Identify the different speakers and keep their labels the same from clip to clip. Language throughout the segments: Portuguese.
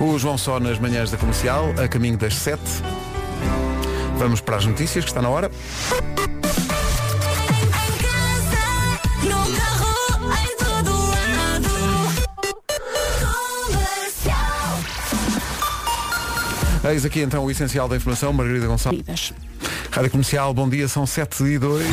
Speaker 1: O João Só nas manhãs da comercial, a caminho das 7. Vamos para as notícias, que está na hora. Eis aqui então o essencial da informação, Margarida Gonçalves.
Speaker 2: Vidas.
Speaker 1: Rádio Comercial, bom dia, são 7 e 2.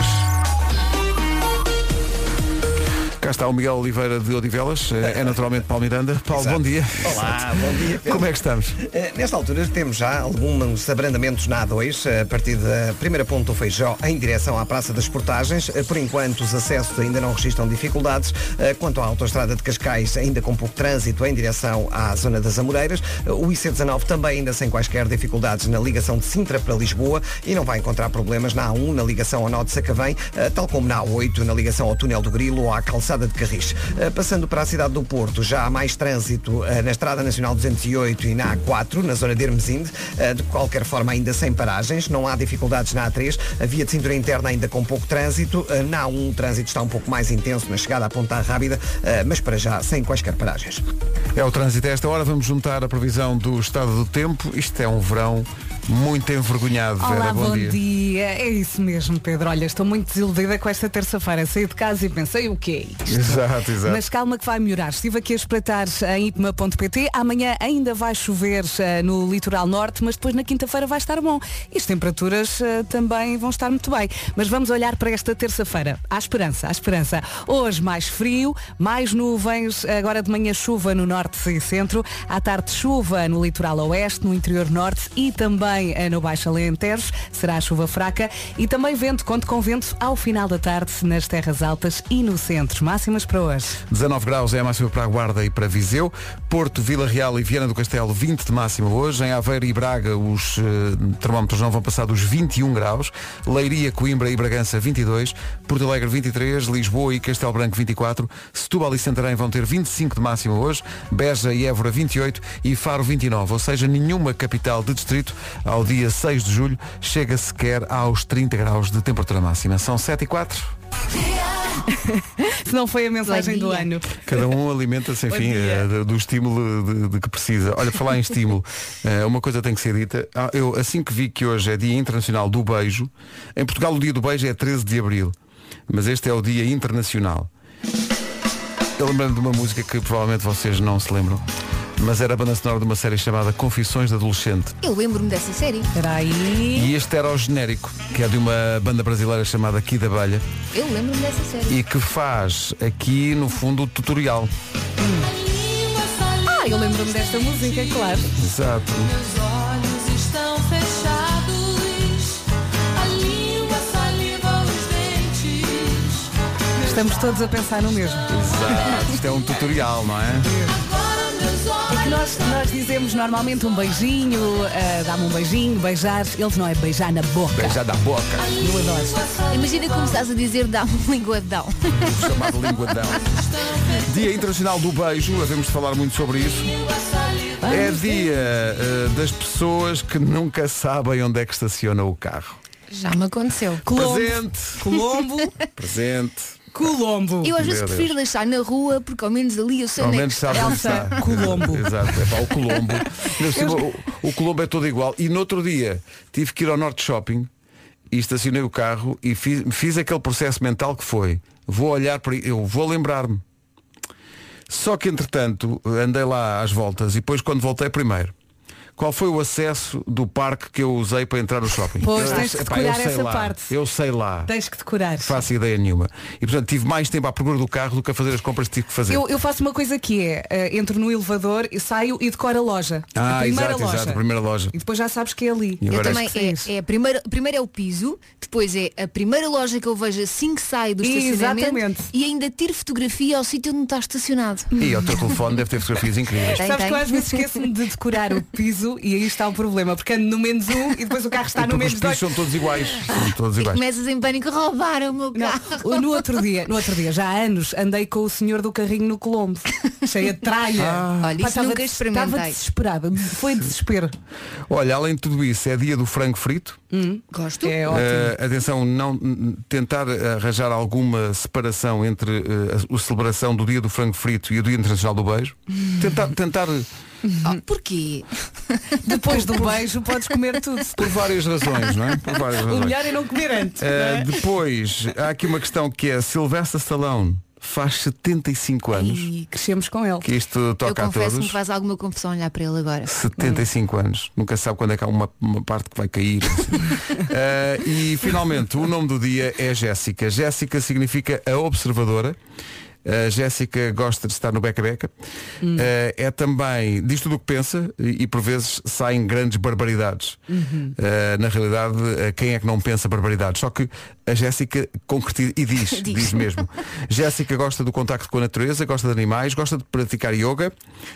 Speaker 1: Cá está o Miguel Oliveira de Odivelas, eh, é naturalmente Paulo Miranda. Paulo,
Speaker 3: Exato.
Speaker 1: bom dia.
Speaker 3: Olá, bom dia. Pedro.
Speaker 1: Como é que estamos?
Speaker 3: Eh, Nesta altura temos já alguns abrandamentos na A2, a partir da primeira ponta do Feijó em direção à Praça das Portagens. Eh, Por enquanto os acessos ainda não registram dificuldades. Eh, Quanto à autoestrada de Cascais, ainda com pouco trânsito em direção à zona das Amoreiras. Eh, O IC19 também ainda sem quaisquer dificuldades na ligação de Sintra para Lisboa e não vai encontrar problemas na A1, na ligação ao Nó de Sacavém, eh, tal como na A8, na ligação ao Túnel do Grilo ou à Calçada de Carris. Eh, Passando para a cidade do Porto, já há mais trânsito eh, na Estrada Nacional 208 e na A4, na zona de Hermesinde. Eh, De qualquer forma, ainda sem paragens. Não há dificuldades na A3. A via de cintura interna ainda com pouco trânsito. Eh, Na A1, o trânsito está um pouco mais intenso na chegada à Ponta Rábida, eh, mas para já sem quaisquer paragens.
Speaker 1: É o trânsito a esta hora, vamos juntar a previsão do estado do tempo. Isto é um verão muito envergonhado, Vera.
Speaker 2: Olá,
Speaker 1: bom,
Speaker 2: bom, dia. É isso mesmo, Pedro. Olha, estou muito desiludida com esta terça-feira. Saí de casa e pensei, o que é isto?
Speaker 1: Exato, exato.
Speaker 2: Mas calma que vai melhorar. Estive aqui a espreitar eh, em itma.pt. Amanhã ainda vai chover eh, no litoral norte, mas depois na quinta-feira vai estar bom. E as temperaturas eh, também vão estar muito bem. Mas vamos olhar para esta terça-feira. Há esperança, há esperança. Hoje mais frio, mais nuvens. Agora de manhã chuva no norte e centro. À tarde chuva no litoral oeste, no interior norte e também eh, no Baixo Alentejo. Será chuva fraca. E também vento, conto com vento ao final da tarde nas terras altas e no centro. Máximas para hoje.
Speaker 1: 19 graus é a máxima para a Guarda e para Viseu. Porto, Vila Real e Viana do Castelo, 20 de máxima hoje. Em Aveiro e Braga, os eh, termómetros não vão passar dos 21 graus. Leiria, Coimbra e Bragança, 22. Porto Alegre, 23. Lisboa e Castelo Branco, 24. Setúbal e Santarém vão ter 25 de máxima hoje. Beja e Évora, 28. E Faro, 29. Ou seja, nenhuma capital de distrito, ao dia 6 de julho, chega sequer aos 30 graus de temperatura máxima. São 7 e 4.
Speaker 2: Se não foi a mensagem
Speaker 4: Bom
Speaker 2: do
Speaker 4: dia.
Speaker 2: ano.
Speaker 1: Cada um alimenta-se, enfim,
Speaker 2: dia.
Speaker 1: eh, do, do estímulo de, de que precisa. Olha, falar em estímulo, eh, uma coisa tem que ser dita. Ah, Eu, assim que vi que hoje é Dia Internacional do Beijo, em Portugal o Dia do Beijo é 13 de Abril, mas este é o Dia Internacional. Eu lembrando de uma música que provavelmente vocês não se lembram, mas era a banda sonora de uma série chamada Confissões de Adolescente.
Speaker 4: Eu lembro-me dessa série.
Speaker 2: Espera aí.
Speaker 1: E este era o genérico, que é de uma banda brasileira chamada Kid Abelha.
Speaker 4: Eu lembro-me dessa série.
Speaker 1: e que faz aqui no fundo o tutorial.
Speaker 2: Ah, eu lembro-me desta música, claro.
Speaker 1: Exato.
Speaker 5: Meus olhos estão fechados, a língua, a saliva, os dentes.
Speaker 2: Estamos todos a pensar no mesmo.
Speaker 1: Exato. Isto é um tutorial, não é?
Speaker 5: Agora meus
Speaker 2: É que
Speaker 5: olhos
Speaker 2: nós, nós dizemos normalmente um beijinho, ah, dá-me um beijinho, beijar. Eles não é beijar na boca.
Speaker 1: Beijada à boca,
Speaker 2: Eu adoro.
Speaker 4: Imagina começares a dizer dá um linguadão.
Speaker 1: o chamado linguadão. Dia Internacional do Beijo, havemos de falar muito sobre isso. É dia eh, das pessoas que nunca sabem onde é que estaciona o carro.
Speaker 4: Já me aconteceu.
Speaker 2: Colombo.
Speaker 1: Presente,
Speaker 2: Colombo.
Speaker 1: presente.
Speaker 2: Colombo.
Speaker 4: Eu às vezes
Speaker 1: Meu Deus.
Speaker 4: prefiro deixar na rua porque ao menos ali eu sei
Speaker 1: Ao
Speaker 4: onde é
Speaker 1: menos
Speaker 4: que
Speaker 1: sabes onde
Speaker 2: Elsa,
Speaker 1: está.
Speaker 2: Colombo.
Speaker 1: Exato, é pá, o Colombo. Ainda por cima, o, o Colombo é todo igual. E no outro dia tive que ir ao Norte Shopping e estacionei o carro e fiz, fiz aquele processo mental que foi. Vou olhar para. Eu vou lembrar-me. Só que entretanto andei lá às voltas e depois quando voltei primeiro. Qual foi o acesso do parque que eu usei para entrar no shopping?
Speaker 2: Pois,
Speaker 1: Eu-
Speaker 2: tens de
Speaker 1: epá, eu
Speaker 2: decorar
Speaker 1: sei
Speaker 2: essa
Speaker 1: lá,
Speaker 2: parte.
Speaker 1: Eu sei lá.
Speaker 2: Tens que decorar.
Speaker 1: Faço ideia nenhuma. E portanto tive mais tempo à procura do carro do que a fazer as compras que tive que fazer.
Speaker 2: Eu, eu faço uma coisa que é, ah, entro no elevador e saio e decoro a loja.
Speaker 1: Ah,
Speaker 2: a primeira
Speaker 1: exato,
Speaker 2: loja.
Speaker 1: exato, a primeira loja.
Speaker 2: E depois já sabes que é ali.
Speaker 1: E
Speaker 4: Eu
Speaker 1: agora
Speaker 4: também
Speaker 2: que
Speaker 4: é,
Speaker 2: fiz.
Speaker 4: é a primeira, primeiro é o piso, depois é a primeira loja que eu vejo assim que saio do estacionamento
Speaker 2: Exatamente.
Speaker 4: e ainda tiro fotografia ao sítio onde está estacionado.
Speaker 1: E o teu telefone deve ter fotografias incríveis.
Speaker 4: Tem,
Speaker 2: Sabes
Speaker 4: tem.
Speaker 2: que eu às vezes esqueço-me de decorar o piso e aí está o problema, porque ando no menos um e depois o carro está no
Speaker 1: Porque os
Speaker 2: menos dois.
Speaker 1: pisos são todos iguais. São todos
Speaker 4: E
Speaker 1: iguais.
Speaker 4: começas em pânico, roubaram o meu carro.
Speaker 2: Não, no outro dia, no outro dia, já há anos, andei com o senhor do carrinho no Colombo, cheia de tralha.
Speaker 4: Ah. Olha, isso
Speaker 2: estava
Speaker 4: nunca
Speaker 2: des-
Speaker 4: experimentei.
Speaker 2: Estava desesperada, de- foi desespero.
Speaker 1: Olha, além de tudo isso, é dia do frango frito.
Speaker 4: Gosto. Oh,
Speaker 2: É ótimo.
Speaker 1: Eh, atenção, não n- tentar arranjar alguma separação entre eh, a, a celebração do dia do frango frito e o dia internacional do beijo. Tentar, tentar
Speaker 4: Oh, porquê?
Speaker 2: Depois do beijo podes comer tudo.
Speaker 1: Por várias razões, não é? Por várias
Speaker 2: O
Speaker 1: razões.
Speaker 2: melhor é não é? comer antes.
Speaker 1: Eh, depois, há aqui uma questão que é Sylvester Stallone faz 75 anos.
Speaker 2: E crescemos com ele.
Speaker 1: Que isto
Speaker 4: Eu
Speaker 1: toca a
Speaker 4: confesso que me
Speaker 1: todos.
Speaker 4: faz alguma confusão olhar para ele agora.
Speaker 1: 75 anos. Nunca se sabe quando é que há uma, uma parte que vai cair. Eh, e finalmente, o nome do dia é Jéssica. Jéssica significa a observadora. A Jéssica gosta de estar no beca-beca. Eh, é também, diz tudo o que pensa e, e por vezes saem grandes barbaridades. Eh, na realidade, eh, quem é que não pensa barbaridades? Só que a Jéssica concretiza e diz, diz,
Speaker 4: Diz.
Speaker 1: mesmo. Jéssica gosta do contacto com a natureza, gosta de animais, gosta de praticar yoga,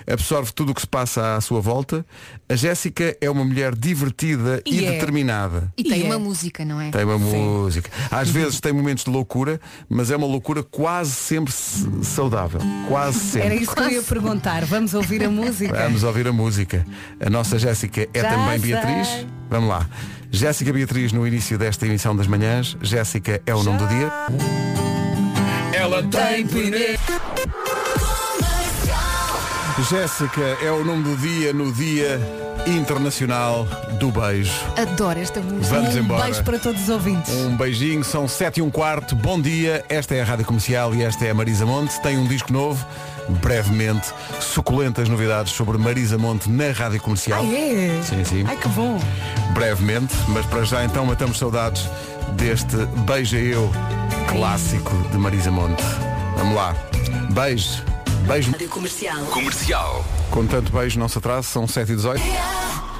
Speaker 1: absorve tudo o que se passa à sua volta. A Jéssica é uma mulher divertida e,
Speaker 2: E é.
Speaker 1: determinada.
Speaker 4: E tem
Speaker 2: E é.
Speaker 4: uma música, não é?
Speaker 1: Tem uma música. Às vezes tem momentos de loucura, mas é uma loucura quase sempre s- saudável. Quase sempre.
Speaker 2: Era isso que eu ia perguntar. Vamos ouvir a música.
Speaker 1: Vamos ouvir a música. A nossa Jéssica é
Speaker 2: Já sei.
Speaker 1: também Beatriz. Vamos lá. Jéssica Beatriz no início desta emissão das manhãs. Jéssica é o nome do dia. Ela tem pneu. Jéssica é o nome do dia no Dia Internacional do Beijo.
Speaker 4: Adoro esta música.
Speaker 1: Vamos
Speaker 2: um
Speaker 1: embora.
Speaker 2: beijo para todos os ouvintes.
Speaker 1: Um beijinho, são 7 e um quarto. Bom dia, esta é a Rádio Comercial e esta é a Marisa Monte. Tem um disco novo, brevemente, suculentas novidades sobre Marisa Monte na Rádio Comercial.
Speaker 2: Ai, é?
Speaker 1: Sim, sim.
Speaker 2: Ai, que bom.
Speaker 1: Brevemente, mas para já então matamos saudades deste Beija Eu clássico de Marisa Monte. Vamos lá. Beijo. Beijo.
Speaker 6: Comercial.
Speaker 1: Com tanto beijo, não se atrase, são 7 e 18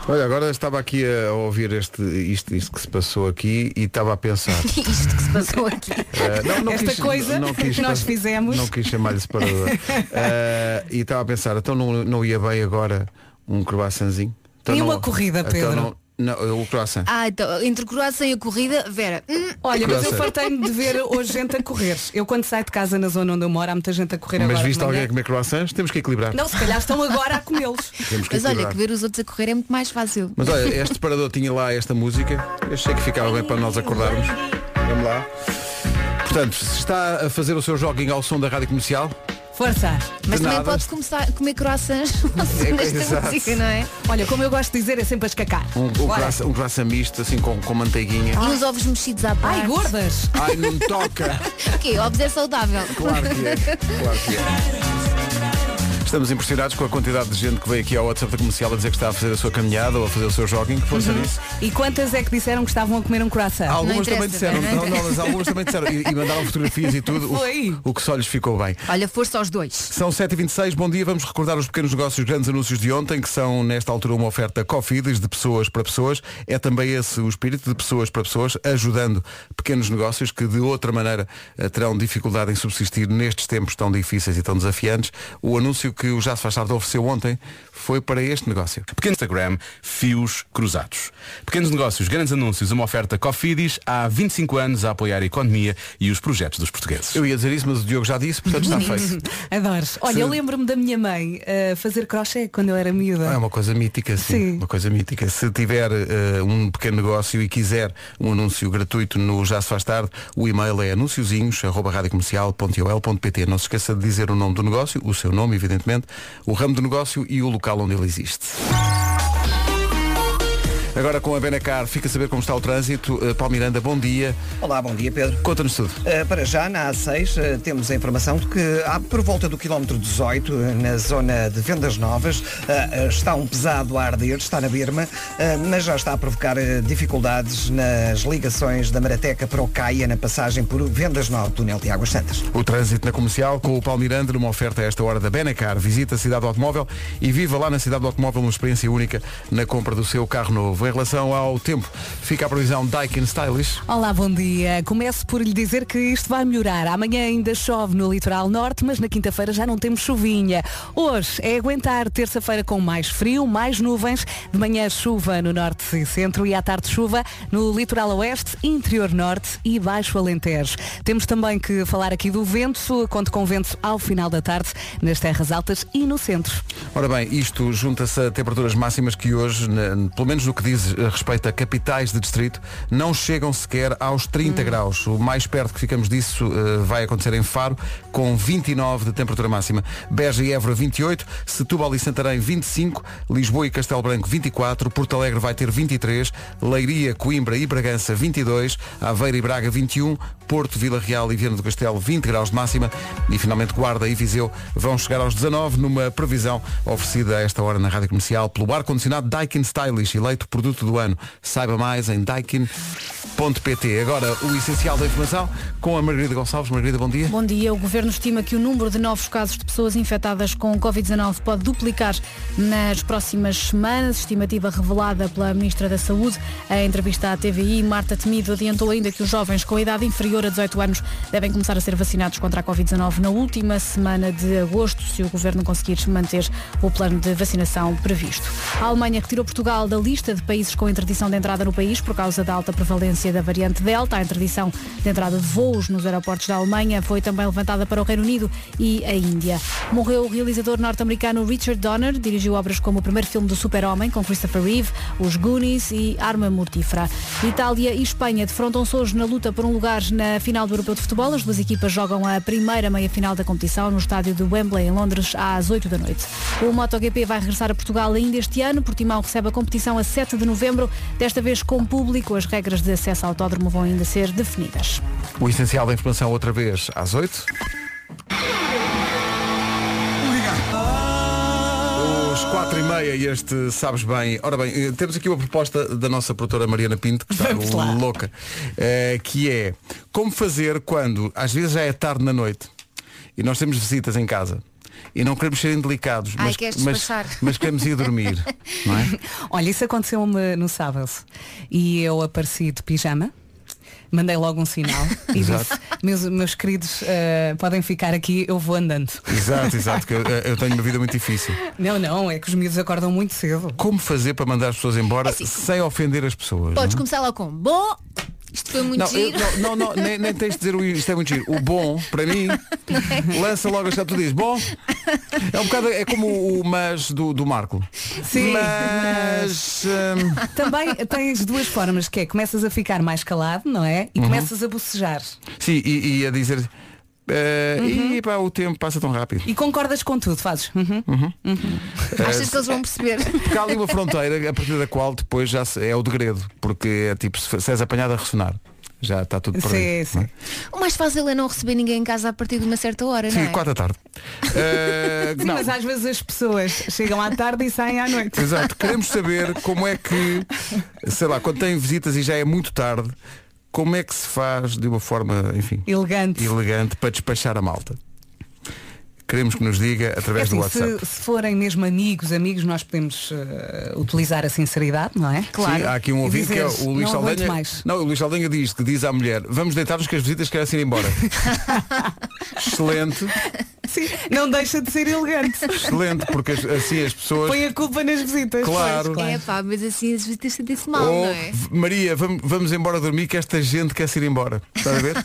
Speaker 1: Olha, agora estava aqui a ouvir este, isto, isto que se passou aqui e estava a pensar.
Speaker 4: Isto que se passou aqui.
Speaker 1: Uh, não, não
Speaker 2: Esta
Speaker 1: quis-
Speaker 2: coisa
Speaker 1: não quis
Speaker 2: que nós
Speaker 1: fa-
Speaker 2: fizemos.
Speaker 1: Não quis chamar-lhe separador. Uh, e estava a pensar, então não, não ia bem agora um croissanzinho? Então
Speaker 2: E
Speaker 1: não-
Speaker 2: uma corrida,
Speaker 1: então
Speaker 2: Pedro?
Speaker 1: não- não, o croissant.
Speaker 4: Ah, então, entre o croissant e a corrida, Vera, hum,
Speaker 2: Olha, mas eu
Speaker 1: Croissant.
Speaker 2: fartei-me de ver hoje gente a correr. Eu quando saio de casa na zona onde eu moro, há muita gente a correr
Speaker 1: Mas
Speaker 2: agora. de
Speaker 1: viste alguém
Speaker 2: manhã.
Speaker 1: a comer croissants? Temos que equilibrar.
Speaker 2: Não, se calhar estão agora a comê-los.
Speaker 1: Temos que
Speaker 4: mas olha,
Speaker 1: equilibrar.
Speaker 4: que ver os outros a correr é muito mais fácil.
Speaker 1: Mas olha, este separador tinha lá esta música. Eu achei que ficava bem para nós acordarmos. Vamos lá. Portanto, se está a fazer o seu joguinho ao som da rádio comercial,
Speaker 2: Força!
Speaker 4: Mas
Speaker 1: de
Speaker 4: também
Speaker 1: nada.
Speaker 4: podes começar a comer croissants
Speaker 1: É,
Speaker 4: nesta
Speaker 1: exato.
Speaker 4: música, não é?
Speaker 2: Olha, como eu gosto de dizer, é sempre a escacar.
Speaker 1: um, um,
Speaker 2: Bora.
Speaker 1: croissant, um croissant misto, assim com, com manteiguinha.
Speaker 4: E uns ovos mexidos à parte.
Speaker 2: Ai, gordas!
Speaker 1: Ai, não me toca!
Speaker 4: Porquê? Ovos é saudável.
Speaker 1: Claro que é, claro que é. Estamos impressionados com a quantidade de gente que veio aqui ao WhatsApp da comercial a dizer que está a fazer a sua caminhada ou a fazer o seu jogging, que força nisso.
Speaker 2: E quantas é que disseram que estavam a comer um croissant?
Speaker 1: Algumas também
Speaker 4: interessa,
Speaker 1: disseram,
Speaker 4: Uhum. não
Speaker 1: não, não, mas algumas também disseram e, e mandaram fotografias e tudo,
Speaker 2: Foi.
Speaker 1: o, o que só lhes ficou bem.
Speaker 4: Olha, força aos dois.
Speaker 1: São 7h26, bom dia, vamos recordar os pequenos negócios, grandes anúncios de ontem, que são nesta altura uma oferta Cofides de pessoas para pessoas. É também esse o espírito de pessoas para pessoas, ajudando pequenos negócios que de outra maneira eh, terão dificuldade em subsistir nestes tempos tão difíceis e tão desafiantes. O anúncio que o Já se faz tarde ofereceu ontem foi para este negócio.
Speaker 6: Pequeno Instagram, fios cruzados. Pequenos negócios, grandes anúncios, uma oferta Cofidis há 25 anos a apoiar a economia e os projetos dos portugueses.
Speaker 1: Eu ia dizer isso, mas o Diogo já disse, portanto está feito.
Speaker 2: Adores. Olha, eu lembro-me da minha mãe eh, fazer crochê quando eu era miúda.
Speaker 1: É uma coisa mítica, sim.
Speaker 2: Sim.
Speaker 1: Uma coisa mítica. Se tiver eh, um pequeno negócio e quiser um anúncio gratuito no Já se faz tarde, o e-mail é anunciozinhos.radiocomercial.ol.pt Não se esqueça de dizer o nome do negócio, o seu nome, evidentemente, o ramo do negócio e o local onde ele existe. Agora com a Benacar, fica a saber como está o trânsito. Eh, Paulo Miranda, bom dia.
Speaker 3: Olá, bom dia, Pedro.
Speaker 1: Conta-nos tudo.
Speaker 3: Uh, para já, na A6, uh, temos a informação de que há por volta do quilómetro 18, uh, na zona de Vendas Novas, uh, uh, está um pesado a arder, está na Birma, uh, mas já está a provocar uh, dificuldades nas ligações da Marateca para o Caia, na passagem por Vendas Novas, túnel de Águas Santas.
Speaker 1: O trânsito na comercial com o Palmiranda numa oferta a esta hora da Benacar. Visita a cidade do automóvel e viva lá na cidade do automóvel uma experiência única na compra do seu carro novo. Em relação ao tempo, fica a previsão Daikin Stylish.
Speaker 2: Olá, bom dia. Começo por lhe dizer que isto vai melhorar. Amanhã ainda chove no litoral norte, mas na quinta-feira já não temos chuvinha. Hoje é aguentar terça-feira com mais frio, mais nuvens, de manhã chuva no norte e centro e à tarde chuva no litoral oeste, interior norte e baixo Alentejo. Temos também que falar aqui do vento, conto com vento ao final da tarde nas terras altas e no centro.
Speaker 1: Ora bem, isto junta-se a temperaturas máximas que hoje, na- pelo menos no que diz eh, respeito a capitais de distrito, não chegam sequer aos 30 graus. O mais perto que ficamos disso eh, vai acontecer em Faro, com 29 de temperatura máxima. Beja e Évora 28, Setúbal e Santarém 25, Lisboa e Castelo Branco 24, Porto Alegre vai ter 23, Leiria, Coimbra e Bragança 22, Aveiro e um. Braga 21, Porto, Vila Real e Viana do Castelo 20 graus de máxima e finalmente Guarda e Viseu vão chegar aos 19 numa previsão oferecida a esta hora na Rádio Comercial pelo ar-condicionado Daikin Stylish, eleito produto do ano. Saiba mais em daikin.pt. Agora o essencial da informação com a Margarida Gonçalves. Margarida, bom dia.
Speaker 7: Bom dia. O Governo estima que o número de novos casos de pessoas infectadas com Covid-19 pode duplicar nas próximas semanas, estimativa revelada pela Ministra da Saúde. A entrevista à TVI, Marta Temido adiantou ainda que os jovens com idade inferior a 18 anos devem começar a ser vacinados contra a Covid-19 na última semana de agosto, se o Governo conseguir manter o plano de vacinação previsto. A Alemanha retirou Portugal da lista de países com interdição de entrada no país por causa da alta prevalência da variante Delta. A interdição de entrada de voos nos aeroportos da Alemanha foi também levantada para o Reino Unido e a Índia. Morreu o realizador norte-americano Richard Donner, dirigiu obras como o primeiro filme do Super-Homem, com Christopher Reeve, Os Goonies e Arma Mortífera. Itália e Espanha defrontam-se hoje na luta por um lugar na final do Europeu de Futebol. As duas equipas jogam a primeira meia-final da competição no estádio de Wembley, em Londres, às 8 da noite. O MotoGP vai regressar a Portugal ainda este ano. Portimão recebe a competição a 7 de novembro, desta vez com público. As regras de acesso ao autódromo vão ainda ser definidas.
Speaker 1: O essencial da informação outra vez às 8. Os 4 e meia e este Sabes Bem. Ora bem, eh, temos aqui uma proposta da nossa produtora Mariana Pinto, que está louca, eh, que é como fazer quando às vezes já é tarde na noite e nós temos visitas em casa e não queremos ser indelicados,
Speaker 4: Ai,
Speaker 1: mas,
Speaker 4: queres
Speaker 1: mas,
Speaker 4: despachar.
Speaker 1: mas queremos ir dormir, não é?
Speaker 2: Olha, isso aconteceu-me no sábado e eu apareci de pijama. Mandei logo um sinal e disse,
Speaker 1: Exato.
Speaker 2: meus, meus queridos, eh, podem ficar aqui, eu vou andando.
Speaker 1: Exato, exato, que eu, eu tenho uma vida muito difícil.
Speaker 2: Não, não, é que os miúdos acordam muito cedo.
Speaker 1: Como fazer para mandar as pessoas
Speaker 4: É
Speaker 1: embora
Speaker 4: assim,
Speaker 1: sem ofender as pessoas? não é?
Speaker 4: Podes começar lá com bom. Isto foi muito
Speaker 1: Não, eu-
Speaker 4: giro.
Speaker 1: não, não, não, nem, nem tens de dizer o isto é muito giro. O bom, para mim, lança logo a chave, tu dizes, bom, é um bocado, é como o, o mas do, do Marco.
Speaker 2: Sim.
Speaker 1: Mas hum,
Speaker 2: Também tens duas formas, que é começas a ficar mais calado, não é? E começas a bocejar.
Speaker 1: sim, e, e a dizer. eh,
Speaker 2: Uhum.
Speaker 1: E pá, o tempo passa tão rápido.
Speaker 2: E concordas com tudo, fazes. uhum.
Speaker 4: Achas que eles vão perceber?
Speaker 1: Porque há ali uma fronteira a partir da qual depois já se- é o degredo, porque é tipo, se, f- se és apanhado a ressonar, já está tudo
Speaker 2: Sim,
Speaker 1: perdido.
Speaker 2: sim.
Speaker 1: não é?
Speaker 4: O mais fácil é não receber ninguém em casa a partir de uma certa hora, não
Speaker 1: Sim,
Speaker 4: é?
Speaker 1: quatro da tarde. Eh,
Speaker 2: Sim,
Speaker 1: não,
Speaker 2: mas às vezes as pessoas chegam à tarde e saem à noite.
Speaker 1: Exato, queremos saber como é que, sei lá, quando tem visitas e já é muito tarde, como é que se faz de uma forma, enfim,
Speaker 2: Elegante.
Speaker 1: elegante para despachar a malta. Queremos que nos diga
Speaker 2: É
Speaker 1: através
Speaker 2: assim,
Speaker 1: do
Speaker 2: se,
Speaker 1: WhatsApp.
Speaker 2: se forem mesmo amigos, amigos, nós podemos eh, utilizar a sinceridade, não é?
Speaker 1: Sim, há aqui um
Speaker 2: E
Speaker 1: ouvinte que é
Speaker 2: dizeres,
Speaker 1: o Luís
Speaker 2: não aguento
Speaker 1: Aldenha.
Speaker 2: mais.
Speaker 1: Não, o Luís Aldenha diz que diz à mulher, vamos deitar-nos que as visitas querem ir embora. excelente,
Speaker 2: Sim, não deixa de ser elegante.
Speaker 1: excelente, porque as- assim as pessoas.
Speaker 2: Põe a culpa nas visitas.
Speaker 1: Claro. Oh.
Speaker 2: Pois,
Speaker 4: É pá, mas assim às vezes sente-se mal,
Speaker 1: Ou,
Speaker 4: não é?
Speaker 1: "V- Maria, vamos, vamos embora dormir que esta gente quer se ir embora. Estás a ver?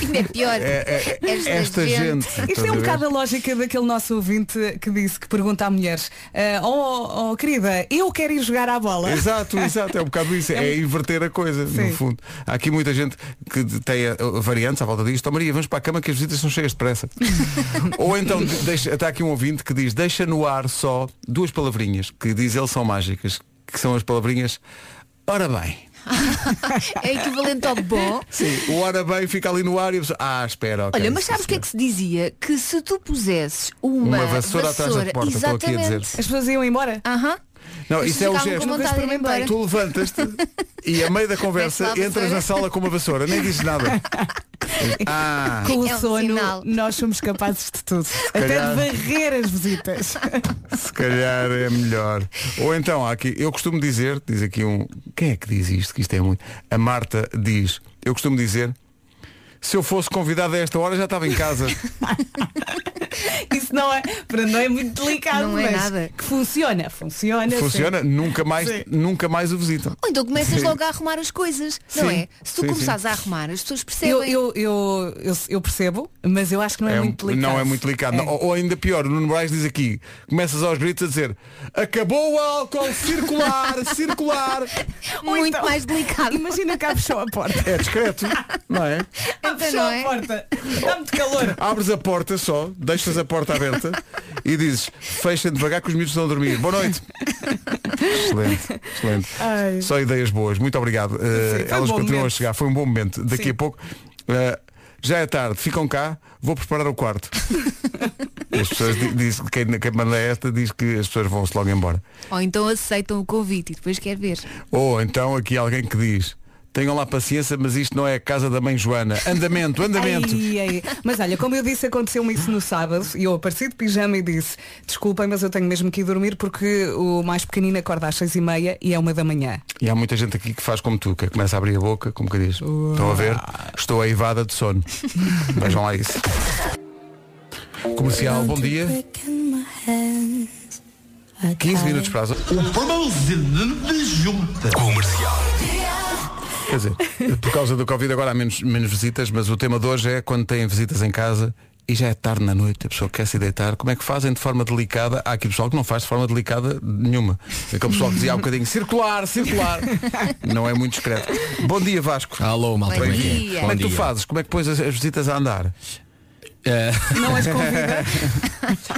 Speaker 4: Ainda é pior.
Speaker 1: É, é,
Speaker 4: Esta
Speaker 1: esta gente.
Speaker 4: gente.
Speaker 2: Isto
Speaker 1: estás
Speaker 2: é
Speaker 1: a
Speaker 2: um
Speaker 1: ver?
Speaker 2: bocado a lógica daquele nosso ouvinte que disse que pergunta a mulheres, eh, oh, oh, querida, eu quero ir jogar à bola.
Speaker 1: Exato, exato, é um bocado isso, é inverter a coisa,
Speaker 2: Sim.
Speaker 1: no fundo. Há aqui muita gente que tem uh, variantes à volta disto. Oh, Maria, vamos para a cama que as visitas são cheias de pressa. Ou então, de- deixa, está aqui um ouvinte que diz, deixa no ar só duas palavrinhas, que diz ele são mágicas, que são as palavrinhas, ora bem.
Speaker 4: É equivalente ao bom.
Speaker 1: Sim, o ora bem fica ali no ar e a pessoa, ah, espera, ok.
Speaker 4: Olha, mas
Speaker 1: sim,
Speaker 4: sabes o que é
Speaker 1: senhora."
Speaker 4: que se dizia? Que se tu pusesses uma,
Speaker 1: Uma vassoura atrás da porta, estou aqui a
Speaker 4: exatamente.
Speaker 1: dizer.
Speaker 2: As pessoas iam embora.
Speaker 4: Aham.
Speaker 1: Não,
Speaker 4: As
Speaker 1: isso é o
Speaker 4: pessoas ficavam
Speaker 1: gesto.
Speaker 4: com vontade de ir embora.
Speaker 1: Tu levantas-te e a meio da conversa
Speaker 4: Metes lá a
Speaker 1: entras na
Speaker 4: vassoura.
Speaker 1: sala com uma vassoura, nem dizes nada. Ah,
Speaker 2: Com o
Speaker 4: É um
Speaker 2: sono,
Speaker 4: sinal.
Speaker 2: nós somos capazes de tudo. Até de
Speaker 1: calhar.
Speaker 2: varrer as visitas.
Speaker 1: se calhar é melhor. Ou então há aqui, eu costumo dizer, diz aqui um. Quem é que diz isto? Que isto é muito. A Marta diz, eu costumo dizer, se eu fosse convidado a esta hora já estava em casa.
Speaker 2: Isso não é, para não é muito delicado,
Speaker 4: Não é
Speaker 2: mas
Speaker 4: nada.
Speaker 2: que funciona, funciona.
Speaker 1: Funciona, nunca mais, nunca mais o visitam.
Speaker 4: Ou então começas
Speaker 1: Sim.
Speaker 4: logo a arrumar as coisas, não
Speaker 1: Sim.
Speaker 4: é? Se tu
Speaker 1: Sim,
Speaker 4: começares a arrumar, as pessoas
Speaker 2: sim.
Speaker 4: percebem.
Speaker 2: Eu, eu, eu, eu, eu percebo, mas eu acho que não é, muito delicado.
Speaker 1: não é muito delicado. Não, Ou, ou ainda pior, o Nuno Moraes diz aqui, começas aos gritos a dizer acabou o álcool, circular, circular.
Speaker 4: Muito então mais delicado.
Speaker 2: Imagina que abres só a porta.
Speaker 1: É discreto, não é?
Speaker 2: Abres
Speaker 4: não
Speaker 2: só
Speaker 4: é?
Speaker 2: a porta. Está muito calor.
Speaker 1: Abres a porta só, deixas a porta aberta e dizes, fechem devagar que os miúdos estão a dormir. Boa noite. excelente, excelente.
Speaker 2: Ai.
Speaker 1: Só ideias boas, muito obrigado. Uh,
Speaker 2: Sim, foi um
Speaker 1: elas
Speaker 2: bom
Speaker 1: continuam a
Speaker 2: momento.
Speaker 1: chegar, foi um bom momento. Daqui
Speaker 2: Sim.
Speaker 1: a pouco, uh, já é tarde, ficam cá, vou preparar o quarto. as pessoas di- diz, quem, quem manda esta diz que as pessoas vão-se logo embora.
Speaker 4: Ou então aceitam o convite e depois quer ver.
Speaker 1: Ou então aqui alguém que diz, tenham lá paciência, mas isto não é a casa da mãe Joana. Andamento, andamento.
Speaker 2: Ai, ai. Mas olha, como eu disse, aconteceu-me isso no sábado e eu apareci de pijama e disse desculpem, mas eu tenho mesmo que ir dormir porque o mais pequenino acorda às seis e meia e é uma da manhã.
Speaker 1: E há muita gente aqui que faz como tu, que começa a abrir a boca, como que diz, estão a ver, estou aivada de sono. Vejam lá isso. Comercial, bom dia. 15 minutos para as o-
Speaker 6: Comercial.
Speaker 1: Quer dizer, por causa do Covid agora há menos, menos visitas, mas o tema de hoje é quando têm visitas em casa e já é tarde na noite, a pessoa quer se deitar, como é que fazem de forma delicada? Há aqui pessoal que não faz de forma delicada nenhuma. Aquele pessoal que dizia há um bocadinho circular, circular. Não é muito discreto. Bom dia Vasco.
Speaker 8: Alô, malta.
Speaker 4: Bom
Speaker 8: como é que é?
Speaker 4: dia.
Speaker 1: Como é que tu
Speaker 8: dia.
Speaker 1: fazes? Como é que pões as, as visitas a andar?
Speaker 8: Eh,
Speaker 2: Não as convida.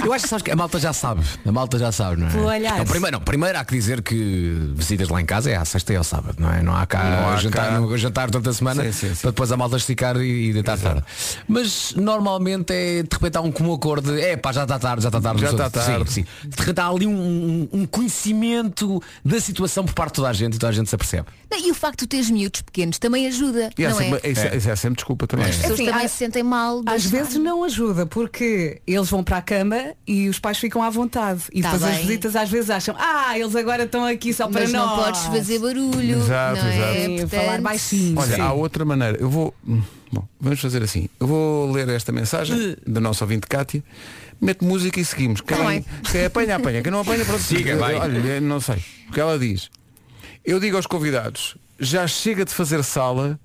Speaker 8: eu acho que sabes que a malta já sabe. A malta já sabe, não é?
Speaker 2: Pelo olhar.
Speaker 8: Não, primeiro, não, primeiro há que dizer que visitas lá em casa é à sexta e ao sábado, não é? Não há cá
Speaker 1: Não há
Speaker 8: jantar,
Speaker 1: cá.
Speaker 8: no- jantar durante a semana
Speaker 1: Sim, sim, sim.
Speaker 8: para depois a malta esticar e, e deitar tarde. Mas normalmente é de repente há um comum acordo de é pá, já está tarde, já está tarde.
Speaker 1: Já
Speaker 8: Sim,
Speaker 1: está tarde.
Speaker 8: Sim, De repente há ali um, um conhecimento da situação por parte de toda a gente e toda a gente se apercebe.
Speaker 4: Não, e o facto de teres miúdos pequenos também ajuda,
Speaker 1: E há
Speaker 4: não é?
Speaker 1: sempre, isso- isso é sempre desculpa também.
Speaker 4: As pessoas
Speaker 2: Assim,
Speaker 4: também
Speaker 2: há-
Speaker 4: se sentem mal. de
Speaker 2: Às
Speaker 4: estar-
Speaker 2: vezes não ajuda, porque eles vão para a cama e os pais ficam à vontade. E
Speaker 4: Tá
Speaker 2: depois as
Speaker 4: bem.
Speaker 2: visitas às vezes acham, ah, eles agora estão aqui só para
Speaker 4: Mas não
Speaker 2: nós.
Speaker 4: podes fazer barulho.
Speaker 1: Exato,
Speaker 4: não É?
Speaker 1: exato.
Speaker 2: Sim,
Speaker 4: Portanto,
Speaker 2: falar baixinho.
Speaker 1: Olha,
Speaker 2: Sim.
Speaker 1: há outra maneira. Eu vou. hum, Bom, vamos fazer assim. Eu vou ler esta mensagem da nossa ouvinte Cátia. Mete música e seguimos. Quem,
Speaker 4: Tá bem.
Speaker 1: quem apanha, apanha. Quem não apanha, pronto.
Speaker 8: Siga,
Speaker 1: Eu-
Speaker 8: vai.
Speaker 1: Olha, não sei. Porque ela diz. Eu digo aos convidados, já chega de fazer sala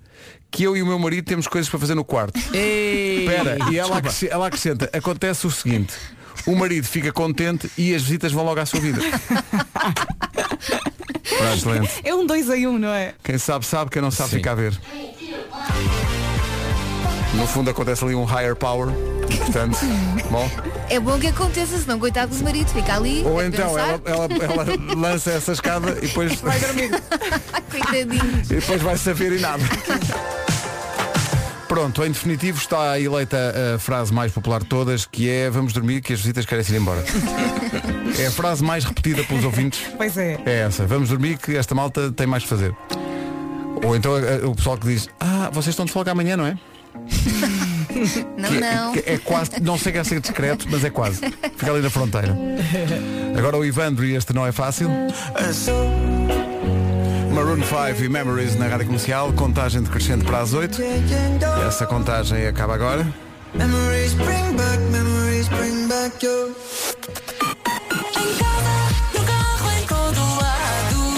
Speaker 1: que eu e o meu marido temos coisas para fazer no quarto. Espera, e ela, acresce- ela acrescenta, acontece o seguinte, o marido fica contente e as visitas vão logo à sua vida. Pronto, excelente.
Speaker 2: É um dois em um, não é?
Speaker 1: Quem sabe sabe, quem não sabe
Speaker 8: Sim.
Speaker 1: fica a ver. No fundo acontece ali um higher power. Portanto, bom.
Speaker 4: É bom que aconteça, senão coitado do marido fica ali.
Speaker 1: Ou
Speaker 4: a
Speaker 1: então
Speaker 4: pensar.
Speaker 1: ela, ela- ela lança essa escada e depois,
Speaker 4: Ai, "Ah, coitadinho.
Speaker 1: e depois vai saber e nada. Pronto, em definitivo está eleita a frase mais popular de todas, que é vamos dormir que as visitas querem se ir embora. É a frase mais repetida pelos ouvintes.
Speaker 2: Pois é.
Speaker 1: É essa, vamos dormir que esta malta tem mais que fazer. Ou então eh, o pessoal que diz, ah, vocês estão de folga amanhã, não é?
Speaker 4: Não,
Speaker 1: Que-
Speaker 4: não.
Speaker 1: que É, quase, não sei a ser discreto, mas é quase. Fica ali na fronteira. Agora o Ivandro e este não é fácil. Maroon 5 e Memories na rádio comercial, contagem decrescente para as 8. Essa contagem acaba agora.
Speaker 5: Em casa, no carro, em todo lado.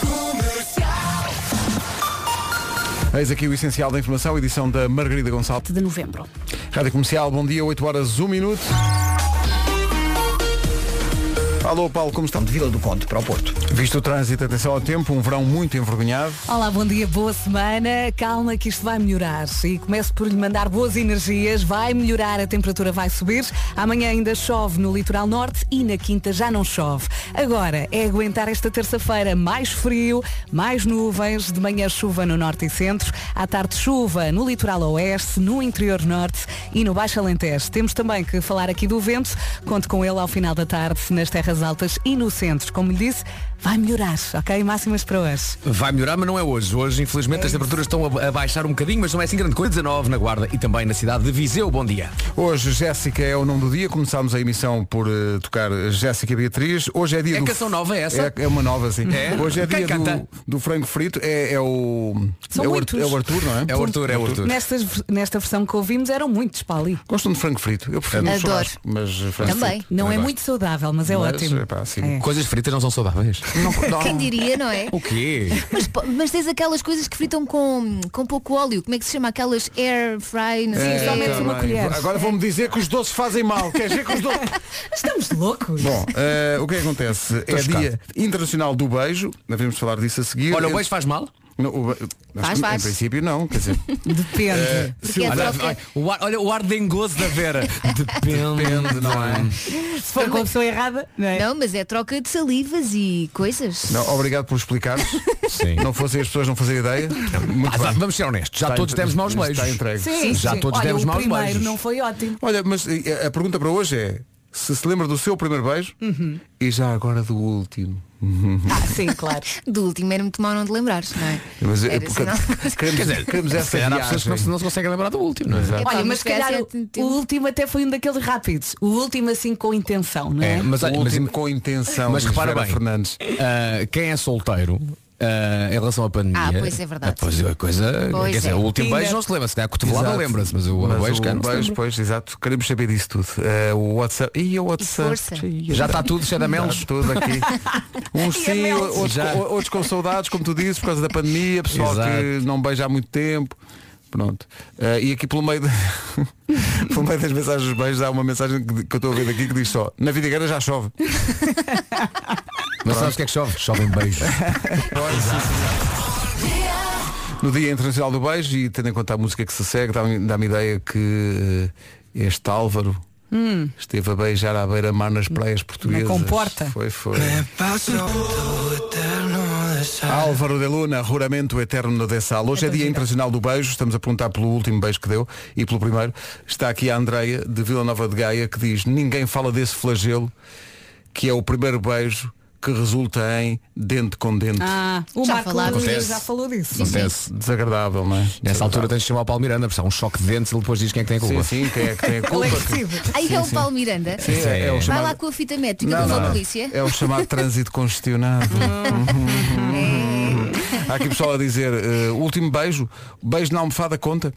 Speaker 5: Comercial.
Speaker 1: Eis aqui o essencial da informação, edição da Margarida Gonçalves.
Speaker 7: de novembro.
Speaker 1: Rádio comercial, bom dia, 8 horas, 1 minuto. Alô Paulo, como está?
Speaker 3: De Vila do Conde para o Porto.
Speaker 1: Visto o trânsito, atenção ao tempo, um verão muito envergonhado.
Speaker 2: Olá, bom dia, boa semana. Calma que isto vai melhorar. E começo por lhe mandar boas energias. Vai melhorar, a temperatura vai subir. Amanhã ainda chove no litoral norte e na quinta já não chove. Agora é aguentar esta terça-feira mais frio, mais nuvens, de manhã chuva no norte e centro, à tarde chuva no litoral oeste, no interior norte e no Baixo Alentejo. Temos também que falar aqui do vento. Conto com ele ao final da tarde nas terras altas e no centro. Como lhe disse, vai melhorar, ok? Máximas para hoje.
Speaker 8: Vai melhorar, mas não é hoje. Hoje, infelizmente, as temperaturas estão a, a baixar um bocadinho, mas não é assim grande coisa. 19 na Guarda e também na cidade de Viseu. Bom dia.
Speaker 1: Hoje Jéssica é o nome do dia. Começámos a emissão por eh, tocar Jéssica Beatriz. Hoje é dia
Speaker 8: É
Speaker 1: do...
Speaker 8: canção nova, é essa?
Speaker 1: É, é uma nova, sim.
Speaker 8: É?
Speaker 1: Hoje é
Speaker 8: Quem
Speaker 1: dia do,
Speaker 8: canta?
Speaker 1: do frango frito. É, é o...
Speaker 2: São
Speaker 1: é o,
Speaker 2: muitos.
Speaker 1: Arthur, é o Arthur, não é?
Speaker 8: É o Arthur, é o Arthur.
Speaker 2: Nestas, nesta versão que ouvimos eram muitos para
Speaker 4: É.
Speaker 2: ali.
Speaker 1: Gostam de frango frito. Eu prefiro
Speaker 4: Adoro.
Speaker 1: um churrasco, mas eh, frango
Speaker 4: Também.
Speaker 1: frito.
Speaker 2: Não é
Speaker 1: gosto.
Speaker 2: muito saudável, mas é
Speaker 1: Mas,
Speaker 2: ótimo.
Speaker 1: epá, sim.
Speaker 2: É.
Speaker 8: Coisas fritas não são saudáveis.
Speaker 4: Quem diria, não é?
Speaker 8: O quê?
Speaker 4: Mas, po- mas tens aquelas coisas que fritam com, com pouco óleo. Como é que se chama? Aquelas air fry, não sei,
Speaker 1: É,
Speaker 4: só metes
Speaker 1: também.
Speaker 4: uma colher. É.
Speaker 1: Agora vão-me dizer que os doces fazem mal. Quer dizer que os doces...
Speaker 2: Estamos loucos.
Speaker 1: Bom, eh, o que é que acontece? é
Speaker 8: chocado.
Speaker 1: dia internacional do beijo. Nós vamos falar disso a seguir.
Speaker 8: Olha, o beijo faz mal?
Speaker 1: No, o be-
Speaker 4: Faz,
Speaker 1: em
Speaker 4: faz.
Speaker 1: princípio não, quer dizer,
Speaker 2: Depende.
Speaker 1: eh,
Speaker 4: Porque é
Speaker 8: Olha,
Speaker 4: troca.
Speaker 8: ai, o ar, olha o ar dengoso da Vera. Depende,
Speaker 1: Depende, não é?
Speaker 2: Se for com a pessoa errada, não é?
Speaker 4: Não, mas é troca de salivas e coisas.
Speaker 1: não, obrigado por explicares.
Speaker 8: Sim.
Speaker 1: Não fossem as pessoas não fazerem ideia. Muito
Speaker 8: Ah, tá,
Speaker 1: bem.
Speaker 8: vamos ser honestos. Já
Speaker 1: Está
Speaker 8: todos
Speaker 1: entre-
Speaker 8: demos maus
Speaker 1: está
Speaker 8: beijos.
Speaker 1: entregue.
Speaker 2: Sim,
Speaker 8: Já
Speaker 2: sim.
Speaker 8: todos
Speaker 2: Olha,
Speaker 8: demos
Speaker 2: o
Speaker 8: maus
Speaker 2: primeiro
Speaker 8: beijos.
Speaker 2: não foi ótimo.
Speaker 1: Olha, mas eh, a pergunta para hoje é se se lembra do seu primeiro beijo
Speaker 4: Hum.
Speaker 1: e já agora do último.
Speaker 2: Ah, sim, claro.
Speaker 4: Do último era muito mau não te lembrares, não é?
Speaker 1: Mas, eh,
Speaker 4: Era
Speaker 1: porque-
Speaker 4: sinal-
Speaker 1: queremos, queremos
Speaker 8: Se
Speaker 1: essa
Speaker 8: calhar há pessoas que não se,
Speaker 1: viagem.
Speaker 8: não se conseguem lembrar do último, não é?
Speaker 4: Epá,
Speaker 2: Olha, mas se calhar
Speaker 4: é
Speaker 2: o,
Speaker 4: tanto
Speaker 2: o
Speaker 4: tempo.
Speaker 2: último até foi um daqueles rápidos. O último assim com intenção, não é?
Speaker 8: É, mas,
Speaker 1: O
Speaker 8: olha, mas,
Speaker 1: último com intenção.
Speaker 8: mas
Speaker 1: diz
Speaker 8: repara
Speaker 1: Vera
Speaker 8: bem,
Speaker 1: Fernandes.
Speaker 8: ah, quem é solteiro ah, em relação à pandemia.
Speaker 4: Ah, pois é verdade.
Speaker 8: ah, pois é, a coisa,
Speaker 4: Pois
Speaker 8: quer dizer,
Speaker 4: é.
Speaker 8: o último
Speaker 2: Tinder.
Speaker 8: beijo não se lembra, se calhar a cotovelada
Speaker 1: Exato.
Speaker 8: lembra-se, mas o
Speaker 1: Mas
Speaker 8: beijo, cara,
Speaker 1: o
Speaker 8: não se
Speaker 1: beijo,
Speaker 8: lembra.
Speaker 1: pois, exato. Queremos saber disso tudo. Eh, o WhatsApp. E o WhatsApp.
Speaker 4: força.
Speaker 1: Ih,
Speaker 8: Já está tudo, cheio de
Speaker 1: Está
Speaker 8: melos.
Speaker 1: tudo aqui. Uns
Speaker 2: a
Speaker 1: sim,
Speaker 2: mel?
Speaker 1: outros,
Speaker 8: Já.
Speaker 1: com- outros com saudades, como tu dizes, por causa da pandemia, pessoal que
Speaker 8: Exato.
Speaker 1: não beija há muito tempo. Pronto. Eh, e aqui pelo meio, de- pelo meio das mensagens dos beijos há uma mensagem que, que eu estou a ver aqui que diz só, na vidigueira já chove.
Speaker 8: Mas sabes o que é que chove? Chovem beijos.
Speaker 1: No Dia Internacional do Beijo e tendo em conta a música que se segue, dá-me dá ideia que eh, este Álvaro esteve a beijar à beira-mar nas praias portuguesas.
Speaker 2: comporta.
Speaker 1: Foi, foi. Álvaro de Luna, Ruramento Eterno de Sal. Hoje é Dia Internacional do Beijo, estamos a perguntar pelo último beijo que deu e pelo primeiro. Está aqui a Andreia, de Vila Nova de Gaia, que diz, ninguém fala desse flagelo, que é o primeiro beijo que resulta em dente com dente.
Speaker 2: Ah, o
Speaker 4: Já
Speaker 2: Marco
Speaker 4: falámos.
Speaker 2: Lúria
Speaker 8: Acontece.
Speaker 2: já falou disso.
Speaker 8: Acontece.
Speaker 1: Desagradável, não é?
Speaker 8: Nessa altura tens de chamar o Paulo Miranda, porque há um choque de dentes, ele depois diz quem é que tem a
Speaker 1: Sim,
Speaker 8: culpa.
Speaker 1: sim, quem é que tem a
Speaker 2: Ele
Speaker 1: culpa?
Speaker 2: é agressivo.
Speaker 4: Aí é o Paulo Miranda.
Speaker 1: É, é o
Speaker 4: Vai
Speaker 1: chamado...
Speaker 4: lá com a fita métrica,
Speaker 1: Não,
Speaker 4: com a
Speaker 1: não,
Speaker 4: polícia. Hum.
Speaker 1: É o chamado trânsito congestionado. Hum. Há aqui pessoal a dizer, eh, último beijo, beijo na almofada conta.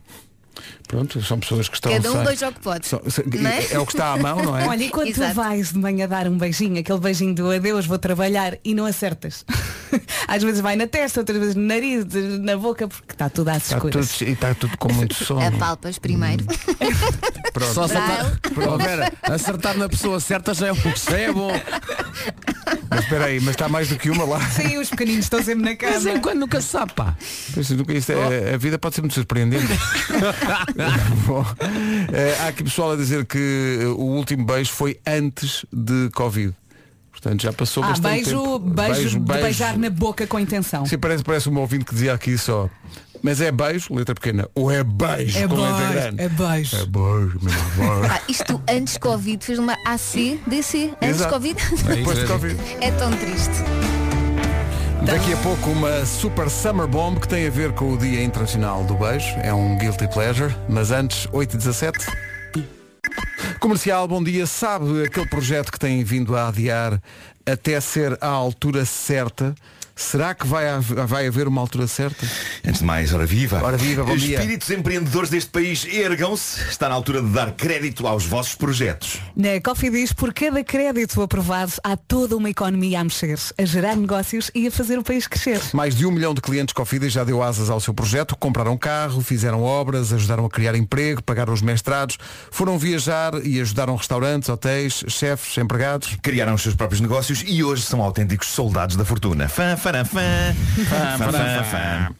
Speaker 1: Pronto, são pessoas que estão.
Speaker 4: Cada um
Speaker 1: sem-
Speaker 4: beija o que pode.
Speaker 1: são- se-
Speaker 4: Não é?
Speaker 1: é? o que está à mão, não é?
Speaker 2: Olha, e quando tu
Speaker 4: Exato.
Speaker 2: vais de manhã dar um beijinho, aquele beijinho do adeus, vou trabalhar e não acertas. Às vezes vai na testa, outras vezes no nariz, na boca, porque está tudo às
Speaker 1: Está tudo,
Speaker 2: escuras.
Speaker 1: e está tudo com muito sono.
Speaker 4: É Apalpas primeiro.
Speaker 1: Pronto.
Speaker 8: Só acertar,
Speaker 1: Brau.
Speaker 8: Oh, Vera, acertar na pessoa certa já é, um- já é bom.
Speaker 1: Mas espera aí, mas está mais do que uma lá.
Speaker 2: Sim, os pequeninos estão sempre na
Speaker 8: Mas
Speaker 2: casa.
Speaker 8: em quando nunca se sabe, pá.
Speaker 1: Pois, nunca- isto
Speaker 2: Oh.
Speaker 1: é- a vida pode ser muito surpreendente. Bom, eh, há aqui pessoal a dizer que eh, o último beijo foi antes de Covid. Portanto, já passou
Speaker 2: Ah,
Speaker 1: bastante
Speaker 2: beijo,
Speaker 1: tempo.
Speaker 2: beijo, de beijar na boca com intenção.
Speaker 1: Sim, parece, parece um ouvinte que dizia aqui só. Mas é beijo, letra pequena, ou é beijo
Speaker 2: É
Speaker 1: com letra
Speaker 2: beijo,
Speaker 1: grande?
Speaker 2: é beijo. Ah,
Speaker 1: É beijo, meu amor.
Speaker 4: Pá, isto antes Covid fez uma AC, DC, antes
Speaker 1: Exato.
Speaker 4: Covid.
Speaker 1: Depois de
Speaker 8: mesmo.
Speaker 1: Covid.
Speaker 4: é tão triste.
Speaker 1: Daqui a pouco uma super summer bomb que tem a ver com o Dia Internacional do Beijo. É um guilty pleasure, mas antes, 8 e 17 Comercial, bom dia. Sabe aquele projeto que tem vindo a adiar até ser à altura certa? Será que vai, hav- vai haver uma altura certa?
Speaker 9: Antes de mais, hora viva.
Speaker 1: Ora viva, bom dia.
Speaker 9: Espíritos empreendedores deste país, ergam-se. Está na altura de dar crédito aos vossos projetos.
Speaker 2: Na Cofidis, por cada crédito aprovado, há toda uma economia a mexer, a gerar negócios e a fazer o país crescer.
Speaker 1: Mais de um milhão de clientes Cofidis já deu asas ao seu projeto, compraram carro, fizeram obras, ajudaram a criar emprego, pagaram os mestrados, foram viajar e ajudaram restaurantes, hotéis, chefes, empregados.
Speaker 9: Criaram os seus próprios negócios e hoje são autênticos soldados da fortuna. Fã, farã, fã. Fã, farã, fã.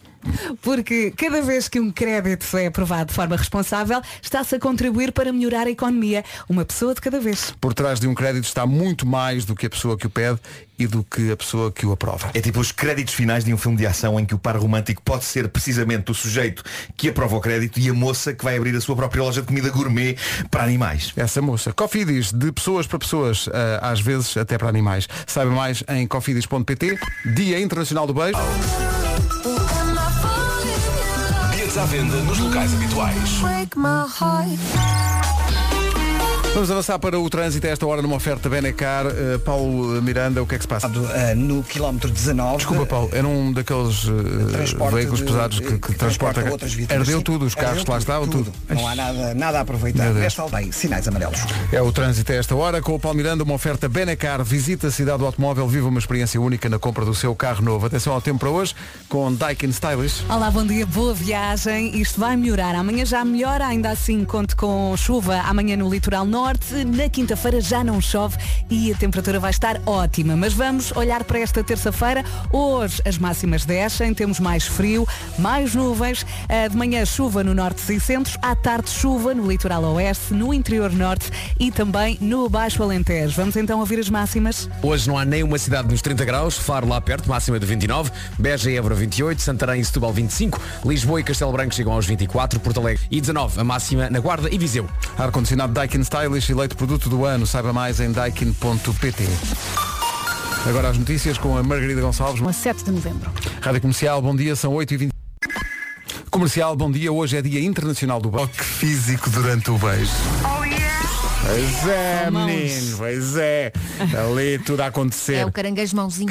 Speaker 2: Porque cada vez que um crédito é aprovado de forma responsável, está-se a contribuir para melhorar a economia, uma pessoa de cada vez.
Speaker 1: Por trás de um crédito está muito mais do que a pessoa que o pede e do que a pessoa que o aprova.
Speaker 9: É tipo os créditos finais de um filme de ação em que o par romântico pode ser precisamente o sujeito que aprova o crédito e a moça que vai abrir a sua própria loja de comida gourmet para animais.
Speaker 1: Essa moça. Cofidis, de pessoas para pessoas, ah, às vezes até para animais. Saiba mais em cofidis.pt. Dia Internacional do Beijo.
Speaker 6: Bilhetes à venda nos locais habituais.
Speaker 1: Vamos avançar para o trânsito a esta hora numa oferta Benecar. Eh, Paulo Miranda, o que é que se passa?
Speaker 3: Ah, no quilómetro 19.
Speaker 1: Desculpa, Paulo, era um daqueles eh,
Speaker 3: Transporte
Speaker 1: veículos
Speaker 3: de- eh,
Speaker 1: pesados que, que transporta.
Speaker 3: outras vítimas.
Speaker 1: Ardeu
Speaker 3: Sim,
Speaker 1: tudo, os carros
Speaker 3: ardeu
Speaker 1: que lá estavam, tudo.
Speaker 3: Não há nada, nada a aproveitar.
Speaker 1: Meu Deus.
Speaker 3: Nesta aldeia, sinais amarelos.
Speaker 1: É o trânsito a esta hora com o Paulo Miranda, uma oferta Benecar. Visita a cidade do automóvel, viva uma experiência única na compra do seu carro novo. Atenção ao tempo para hoje com Daikin Stylish.
Speaker 2: Olá, bom dia, boa viagem. Isto vai melhorar. Amanhã já melhora, ainda assim conto com chuva amanhã no litoral norte. Na quinta-feira já não chove e a temperatura vai estar ótima. Mas vamos olhar para esta terça-feira. Hoje as máximas descem, temos mais frio, mais nuvens. Eh, De manhã chuva no norte e centros, à tarde chuva no litoral oeste, no interior norte e também no Baixo Alentejo. Vamos então ouvir as máximas.
Speaker 10: Hoje não há nenhuma cidade nos 30 graus, Faro lá perto, máxima de 29, Beja e Évora 28, Santarém e Setúbal 25, Lisboa e Castelo Branco chegam aos 24, Porto Alegre e 19, a máxima na Guarda e Viseu.
Speaker 1: Ar-condicionado Daikin Stylish, eleito produto do ano. Saiba mais em daikin.pt. Agora as notícias com a Margarida Gonçalves.
Speaker 7: A 7 de novembro.
Speaker 1: Rádio Comercial, bom dia, são 8h20. Comercial, bom dia, hoje é dia internacional do beijo. físico durante o beijo. Pois é,
Speaker 2: Mãos.
Speaker 1: menino, pois é. Ali tudo a acontecer.
Speaker 4: É o caranguejo mãozinhas.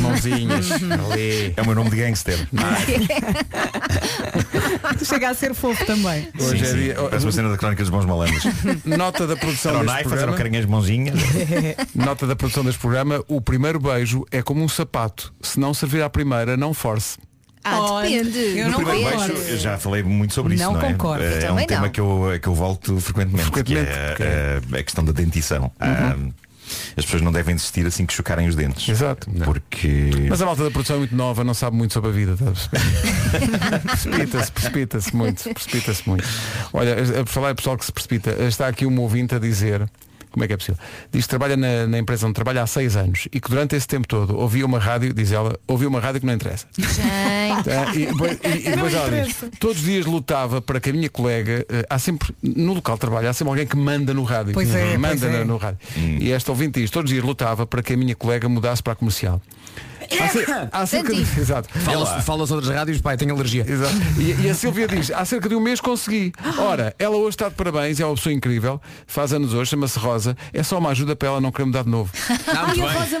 Speaker 1: mãozinhas. Ali.
Speaker 9: É o meu nome de gangster.
Speaker 2: Chega a ser fofo também.
Speaker 9: Sim, Então,
Speaker 1: Hoje é
Speaker 9: sim.
Speaker 1: dia.
Speaker 9: Parece uma cena da crónica dos bons malandros.
Speaker 1: Nota da produção
Speaker 9: Era o
Speaker 1: deste
Speaker 9: Naifas, era o
Speaker 1: programa.
Speaker 9: carinhas um mãozinhas.
Speaker 1: Nota da produção deste programa. O primeiro beijo é como um sapato. Se não servir à primeira, não force.
Speaker 4: Ah, depende.
Speaker 2: Eu
Speaker 9: No
Speaker 2: não
Speaker 9: primeiro
Speaker 2: concordo.
Speaker 9: beijo, eu já falei muito sobre isso,
Speaker 2: Não
Speaker 9: não, é?
Speaker 2: concordo.
Speaker 9: Eh, É um
Speaker 4: Também
Speaker 9: tema
Speaker 4: não.
Speaker 9: Que, eu, que eu volto frequentemente,
Speaker 1: Frequentemente, Uhum.
Speaker 9: que
Speaker 1: porque-
Speaker 9: é eh, a questão da dentição. Ah, as pessoas não devem desistir assim que chocarem os dentes.
Speaker 1: Exato.
Speaker 9: Porque.
Speaker 1: Mas a malta da produção é muito nova, não sabe muito sobre a vida, está a perceber? precipita-se, precipita-se muito, precipita-se muito. Olha, a- a falar é pessoal que se precipita. Está aqui um ouvinte a dizer. Como é que é possível? Diz que trabalha na, na empresa onde trabalha há seis anos e que durante esse tempo todo ouvia uma rádio, diz ela, ouvia uma rádio que não interessa.
Speaker 4: Gente,
Speaker 1: Ah, e, depois- e- e depois ela diz, todos os dias lutava para que a minha colega, eh, há sempre, no local de trabalho, há sempre alguém que manda no rádio.
Speaker 2: Pois é, pois
Speaker 1: manda na-
Speaker 2: é.
Speaker 1: no rádio.
Speaker 10: Hum.
Speaker 1: E esta ouvinte diz, todos os dias lutava para que a minha colega mudasse para a comercial. Há, cer- há cerca de,
Speaker 4: Senti.
Speaker 1: exato.
Speaker 10: Fala-se fala-se outras rádios, pai, tenho alergia.
Speaker 1: Exato. E, e a Silvia diz, há cerca de um mês consegui. Ora, ela hoje está de parabéns, é uma pessoa incrível, faz anos hoje, chama-se Rosa, é só uma ajuda para ela não querer mudar de novo.
Speaker 10: Ah,
Speaker 2: Ai,
Speaker 10: muito
Speaker 2: a
Speaker 10: bem.
Speaker 2: Rosa
Speaker 4: parabéns,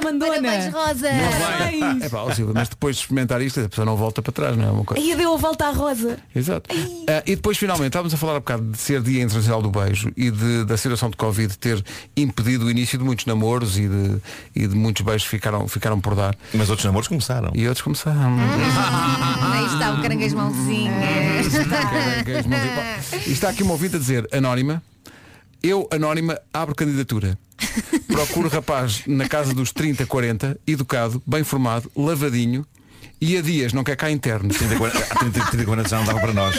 Speaker 2: Mandona.
Speaker 4: Rosa.
Speaker 2: Ai.
Speaker 1: É pá, ó Silvia, mas depois de experimentar isto, a pessoa não volta para trás, não é uma coisa.
Speaker 2: E deu a volta à Rosa.
Speaker 1: Exato. Ah, e depois, finalmente, estávamos a falar há bocado de ser Dia Internacional do Beijo e de- da situação de Covid ter impedido o início de muitos namoros e de, e de muitos beijos que ficaram, ficaram por dar.
Speaker 9: Mas outros namoros começaram.
Speaker 1: E outros começaram.
Speaker 4: Aí está o caranguejo
Speaker 9: É.
Speaker 4: mãozinhas.
Speaker 1: Caranguejo, mãos e pau. E está aqui uma ouvinte a dizer, anónima, eu, anónima, abro candidatura. Procuro rapaz na casa dos 30, 40, educado, bem formado, lavadinho e a dias, não quer cá interno.
Speaker 9: 30, 40, há 30, 30, 40 já não dava para nós.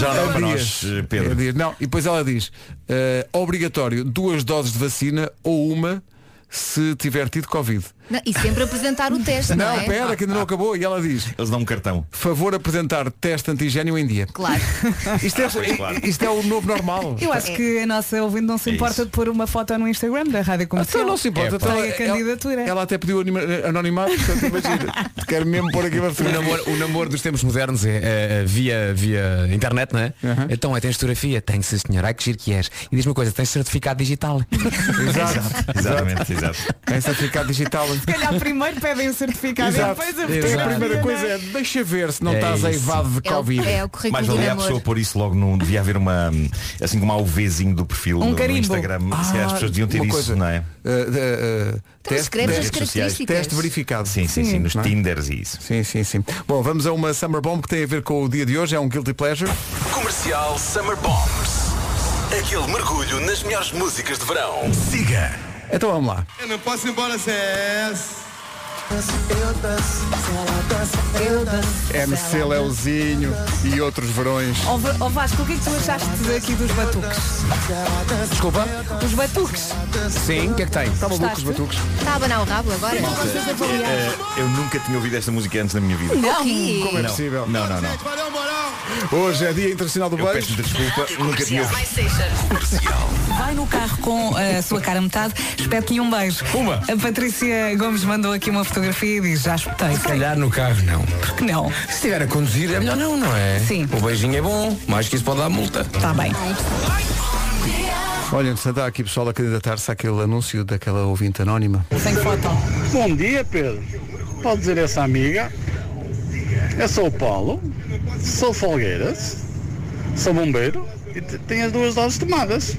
Speaker 9: Já
Speaker 1: É
Speaker 9: não dava para nós, eh,
Speaker 1: Ela
Speaker 9: Pedro.
Speaker 1: diz, É não, e depois ela diz, eh, obrigatório, duas doses de vacina ou uma se tiver tido Covid.
Speaker 4: Não, e sempre apresentar o teste, não,
Speaker 1: Não,
Speaker 4: é?
Speaker 1: pera, que ainda
Speaker 9: Ah.
Speaker 1: não acabou. E ela diz,
Speaker 9: Eles dão um cartão.
Speaker 1: favor apresentar teste antigênio em dia.
Speaker 4: Claro.
Speaker 1: Isto é,
Speaker 9: Ah, pois, claro.
Speaker 1: isto é o novo normal.
Speaker 2: Eu acho que a nossa ouvinte não se
Speaker 9: É
Speaker 2: importa
Speaker 9: isso.
Speaker 2: de pôr uma foto no Instagram da Rádio Comercial.
Speaker 1: Então não se
Speaker 10: É,
Speaker 1: importa. então
Speaker 2: pá.
Speaker 1: ela-
Speaker 2: Tem a candidatura.
Speaker 1: Ela, ela até pediu anima- anonimato, portanto imagina. Quero mesmo pôr aqui uma
Speaker 10: O
Speaker 1: fotografia.
Speaker 10: namoro, o namoro dos tempos modernos é, é, é, via, via internet, não é? Então é, tens fotografia? Tenho, sim senhor, ai que giro que és. E diz-me uma coisa, tens certificado digital?
Speaker 1: Exato.
Speaker 9: Exatamente, exato.
Speaker 1: Tem certificado digital.
Speaker 2: Se calhar primeiro pedem o certificado
Speaker 1: Exato.
Speaker 2: e depois a
Speaker 1: A
Speaker 10: Exato.
Speaker 1: primeira coisa é, deixa ver se não
Speaker 10: É
Speaker 1: estás a
Speaker 10: isso.
Speaker 1: evade de
Speaker 4: É o,
Speaker 1: Covid.
Speaker 4: é o currículo
Speaker 9: Mais
Speaker 4: do
Speaker 9: valia a
Speaker 4: namoro.
Speaker 9: pessoa pôr isso logo num. Devia haver uma. hum, Assim como há o Vzinho do perfil no- no,
Speaker 2: carimbo.
Speaker 9: Instagram. Se calhar as pessoas deviam ter
Speaker 1: uma
Speaker 9: isso,
Speaker 1: coisa.
Speaker 9: não é?
Speaker 1: Uh, uh, uh,
Speaker 4: Então escreves
Speaker 9: nas redes
Speaker 4: as
Speaker 9: sociais.
Speaker 4: características.
Speaker 1: teste verificado.
Speaker 9: Sim, sim, sim. Nos
Speaker 1: não é?
Speaker 9: Tinders e isso.
Speaker 1: Sim, sim, sim. Bom, vamos a uma Summer Bomb que tem a ver com o dia de hoje, é um Guilty Pleasure.
Speaker 6: Comercial Summer Bombs. Aquele mergulho nas melhores músicas de verão. Siga.
Speaker 1: Então vamos lá.
Speaker 5: Eu não posso ir embora sem essa.
Speaker 1: MC Leuzinho e outros verões.
Speaker 2: Ó Ver- ó Vasco, o que é que tu achaste aqui dos batuques?
Speaker 10: Desculpa?
Speaker 2: Os batuques.
Speaker 10: Sim, o que é que tem?
Speaker 1: Está
Speaker 2: maluco, os batuques?
Speaker 4: Está a abanar o rabo agora?
Speaker 9: Malta, eh, eu nunca tinha ouvido esta música antes na minha vida.
Speaker 4: Não.
Speaker 1: Como é
Speaker 9: Não.
Speaker 1: possível?
Speaker 9: Não, não, não.
Speaker 1: Hoje é Dia Internacional do
Speaker 9: Eu peço
Speaker 1: Beijo.
Speaker 9: muita desculpa, nunca tinha ouvido.
Speaker 2: Vai no carro com eh, a sua cara a metade, espete-lhe um beijo.
Speaker 10: Uma.
Speaker 2: A Patrícia Gomes mandou aqui uma fotografia e diz, já espetei.
Speaker 10: Se calhar no carro não.
Speaker 2: Porque não.
Speaker 10: Se estiver a conduzir, é melhor não, não é?
Speaker 2: Sim. Tá.
Speaker 10: O beijinho é bom, mais que isso pode dar multa.
Speaker 2: Está bem.
Speaker 1: Olha, entretanto, há aqui pessoal a candidatar-se àquele anúncio daquela ouvinte anónima.
Speaker 2: Sem foto.
Speaker 11: Bom dia, Pedro. Pode dizer essa amiga? Eu sou o Paulo, sou Folgueiras, sou bombeiro e te- tenho as duas doses tomadas.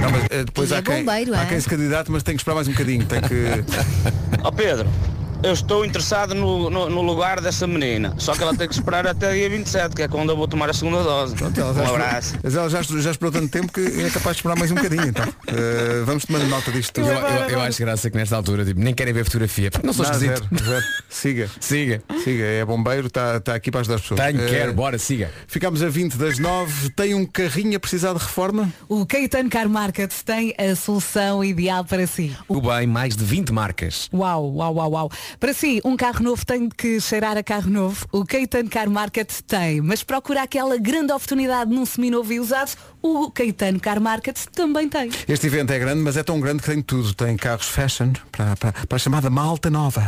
Speaker 1: Não, mas, eh, depois
Speaker 4: E é
Speaker 1: há, quem,
Speaker 4: bombeiro,
Speaker 1: há
Speaker 4: é?
Speaker 1: quem se candidate, mas tem que esperar mais um bocadinho. Tem que.
Speaker 11: Ó Pedro, eu estou interessado no, no- no lugar dessa menina, só que ela tem que esperar até dia 27, que é quando eu vou tomar a segunda dose. Um abraço.
Speaker 1: Mas ela já, já esperou tanto tempo que é capaz de esperar mais um bocadinho. Então. Eh, vamos tomando nota disto
Speaker 10: Eu,
Speaker 1: tudo.
Speaker 10: eu- eu acho graça que nesta altura tipo, nem querem ver fotografia. Porque não sou
Speaker 1: Não,
Speaker 10: esquisito.
Speaker 1: zero, zero. Siga,
Speaker 10: Siga.
Speaker 1: siga. É bombeiro, está está aqui para ajudar as pessoas.
Speaker 10: Tenho,
Speaker 1: Eh,
Speaker 10: quero, bora, siga.
Speaker 1: Ficámos a 20 das 9. Tem um carrinho a precisar de reforma?
Speaker 2: O Caetano Car Market tem a solução ideal para si.
Speaker 10: O bem, mais de 20 marcas.
Speaker 2: Uau, uau, uau, uau. Para si, um carro novo tem que cheirar a carro novo. O Caetano Car Market tem. Mas procura aquela grande oportunidade num seminovo e usado, o Caetano Car Market também tem.
Speaker 1: Este evento é grande, mas é tão grande que tem tudo. Tem carros fashion para, para, para a chamada malta nova.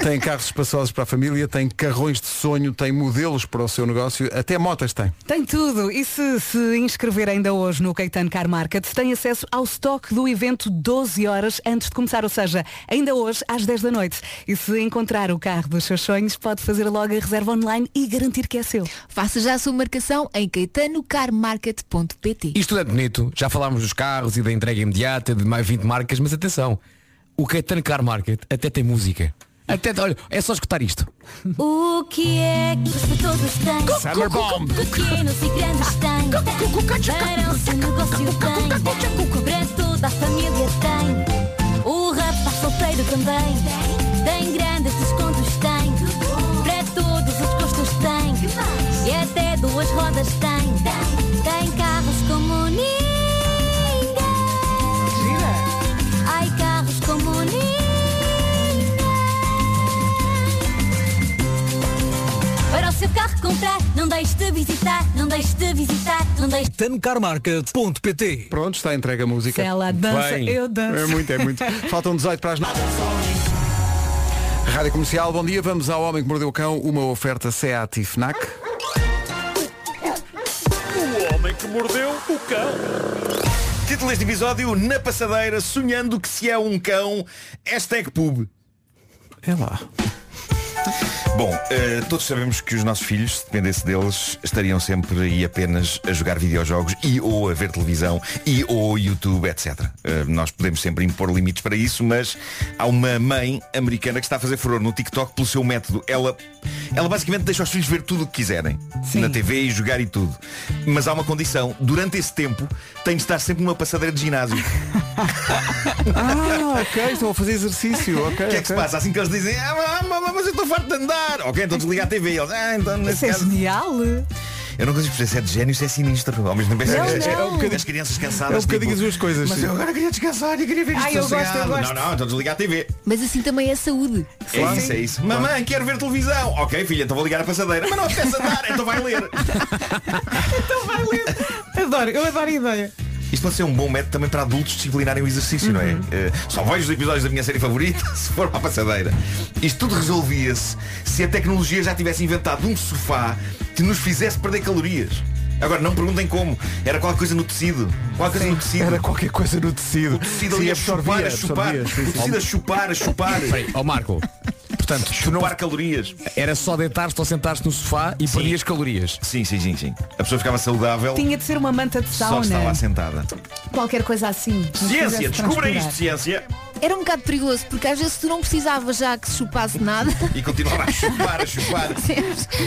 Speaker 1: tem carros espaçosos para a família, tem carrões de sonho, tem modelos para o seu negócio, até motas tem.
Speaker 2: Tem tudo. E se se inscrever ainda hoje no Caetano Car Market, tem acesso ao stock do evento 12 horas antes de começar, ou seja, ainda hoje às 10 da noite. E se encontrar o carro dos seus sonhos, pode fazer logo a reserva online e garantir que é seu.
Speaker 4: Faça já a sua marcação em caetanocarmarket.pt
Speaker 10: Isto tudo é bonito. Já falámos dos carros e da entrega imediata de mais 20 marcas, mas atenção, o Caetano Car Market até tem música. Até, olha, é só escutar isto.
Speaker 5: O que é que os fatores têm?
Speaker 1: Summer Bomb.
Speaker 5: Pequenos e grandes têm. Para o seu negócio tem. Para toda a família tem. O rapaz solteiro também. Tem grandes descontos tem. Para todos os gostos tem. E até duas rodas tem. Tem carros como ninguém. Ai, carros como ninguém. Para o seu carro comprar, não deixe de visitar, não deixe de visitar, não deixe
Speaker 12: Tancarmarket.pt
Speaker 1: Pronto, está entregue a
Speaker 2: Se
Speaker 1: música.
Speaker 2: ela dança,
Speaker 10: Bem.
Speaker 2: eu danço.
Speaker 1: É muito, é muito. Faltam 18 para as 9. Rádio Comercial, bom dia. Vamos ao Homem que Mordeu o Cão, uma oferta SEAT e FNAC.
Speaker 9: Título deste episódio, na passadeira, sonhando que se é um cão, hashtag pub.
Speaker 1: É lá.
Speaker 9: Bom, eh, todos sabemos que os nossos filhos, se dependesse deles, estariam sempre e apenas a jogar videojogos e ou a ver televisão e ou YouTube, etc. Eh, nós podemos sempre impor limites para isso, mas há uma mãe americana que está a fazer furor no TikTok pelo seu método. Ela, ela basicamente deixa os filhos ver tudo o que quiserem. Na TV e jogar e tudo. Mas há uma condição. Durante esse tempo, tem de estar sempre numa passadeira de ginásio.
Speaker 1: Ah, ok, estão a fazer exercício. Ok.
Speaker 9: O que é que se passa? Assim que eles dizem, ah, mamãe, mas eu estou farto de andar. Ok, então desliga a TV. E Eles, ah, então nesse
Speaker 2: Isso é
Speaker 9: caso.
Speaker 2: genial.
Speaker 9: Eu não consigo perceber se é de gênio se é sinistro. Ao mesmo tempo,
Speaker 2: Não,
Speaker 9: é, é, é
Speaker 2: não.
Speaker 9: um bocadinho, as crianças cansadas. tipo,
Speaker 1: É um bocadinho as duas coisas,
Speaker 9: Mas
Speaker 1: sim."
Speaker 9: eu agora queria descansar e queria ver isto
Speaker 2: Ai, eu gosto, eu
Speaker 9: sossegado." Não,
Speaker 2: gosto.
Speaker 9: não, então desliga a TV.
Speaker 4: Mas assim também é saúde.
Speaker 9: É isso, é isso. Mamãe, quero ver televisão. Ok, filha, então vou ligar a passadeira. Mas não apetece andar, então vai ler.
Speaker 2: Adoro, eu adoro a ideia.
Speaker 9: Isto pode ser um bom método também para adultos disciplinarem o exercício, não é? Eh, só vejo os episódios da minha série favorita se for para a passadeira. Isto tudo resolvia-se se a tecnologia já tivesse inventado um sofá que nos fizesse perder calorias. Agora, não perguntem como. Era qualquer coisa no tecido. Qualquer coisa no tecido.
Speaker 1: Era qualquer coisa no tecido.
Speaker 9: O tecido
Speaker 1: Sim,
Speaker 9: ali a chupar, a chupar.
Speaker 1: absorvia, sim,
Speaker 9: O
Speaker 1: sim.
Speaker 9: tecido a chupar, a chupar.
Speaker 10: Peraí, ó Marco. Portanto, tu não
Speaker 9: Chupar calorias.
Speaker 10: era só deitar-te ou sentar-te no sofá e perdias calorias.
Speaker 9: Sim, sim, sim, sim. A pessoa ficava saudável.
Speaker 2: Tinha de ser uma manta de
Speaker 9: Só estava
Speaker 2: sauna.
Speaker 9: assentada.
Speaker 2: Qualquer coisa assim. que nos
Speaker 9: Ciência,
Speaker 2: fizesse
Speaker 9: descubra
Speaker 2: transpirar.
Speaker 9: isto, ciência.
Speaker 4: Era um bocado perigoso, porque às vezes tu não precisava já que se chupasse nada.
Speaker 9: E continuava a chupar, a chupar.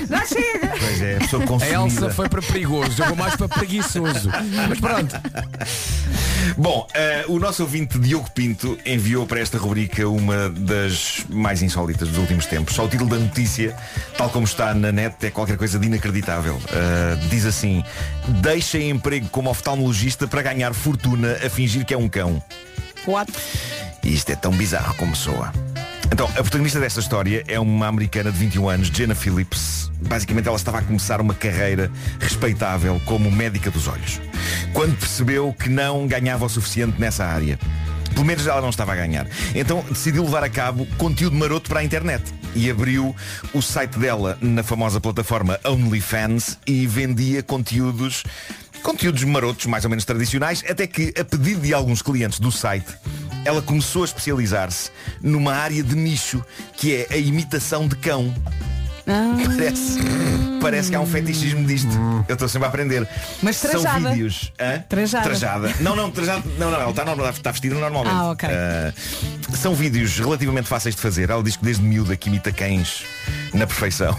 Speaker 2: Já chega!
Speaker 9: Pois é, a pessoa
Speaker 10: A
Speaker 9: consumida.
Speaker 10: Elsa foi para perigoso, eu vou mais para preguiçoso. Mas pronto,
Speaker 9: Bom, eh, o nosso ouvinte Diogo Pinto enviou para esta rubrica uma das mais insólitas dos últimos tempos. Só o título da notícia, tal como está na net, é qualquer coisa de inacreditável. Eh, diz assim, deixa emprego como oftalmologista para ganhar fortuna a fingir que é um cão.
Speaker 2: What?
Speaker 9: E isto é tão bizarro como soa. Então, a protagonista desta história é uma americana de 21 anos, Jenna Phillips. Basicamente, ela estava a começar uma carreira respeitável como médica dos olhos. Quando percebeu que não ganhava o suficiente nessa área. Pelo menos ela não estava a ganhar. Então decidiu levar a cabo conteúdo maroto para a internet. E abriu o site dela na famosa plataforma OnlyFans e vendia conteúdos conteúdos marotos, mais ou menos tradicionais, até que, a pedido de alguns clientes do site, ela começou a especializar-se numa área de nicho, que é a imitação de cão.
Speaker 2: Ah.
Speaker 9: Parece, parece que há um fetichismo disto. Eu estou sempre a aprender.
Speaker 2: Mas trajada.
Speaker 9: São vídeos. Hã?
Speaker 2: Trajada.
Speaker 9: Não, não, trajada. Não, não, ela está, normal- está vestida normalmente.
Speaker 2: Ah, ok.
Speaker 9: Ah, são vídeos relativamente fáceis de fazer. Ela diz que desde miúda que imita cães na perfeição.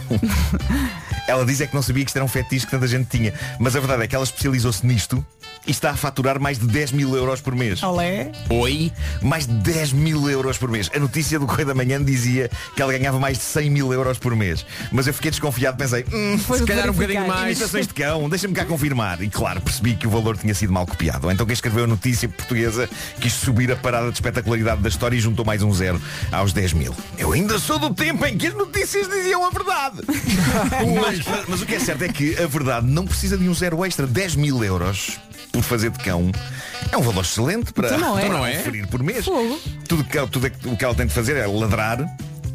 Speaker 9: ela diz é que não sabia que isto era um fetiche que tanta gente tinha. Mas a verdade é que ela especializou-se nisto e está a faturar mais de 10 mil euros por mês.
Speaker 2: Olé.
Speaker 9: Oi? Mais de 10 mil euros por mês. A notícia do Correio da Manhã dizia que ela ganhava mais de 100 mil euros por mês. Mas eu fiquei desconfiado, pensei, hum,
Speaker 10: Foi
Speaker 9: se calhar um
Speaker 10: verificar.
Speaker 9: bocadinho mais. Imitações de cão, deixa-me cá confirmar. E claro, percebi que o valor tinha sido mal copiado. Então quem escreveu a notícia portuguesa quis subir a parada de espetacularidade da história e juntou mais um zero aos 10 mil. Eu ainda sou do tempo em que as notícias diziam a verdade. mas, mas- mas o que é certo é que a verdade não precisa de um zero extra. 10 mil euros por fazer de cão é um valor excelente para,
Speaker 10: Então não é.
Speaker 9: para
Speaker 10: Então não é.
Speaker 9: conferir por mês. Tudo, que, ela- tudo é que- o que ela tem de fazer é ladrar,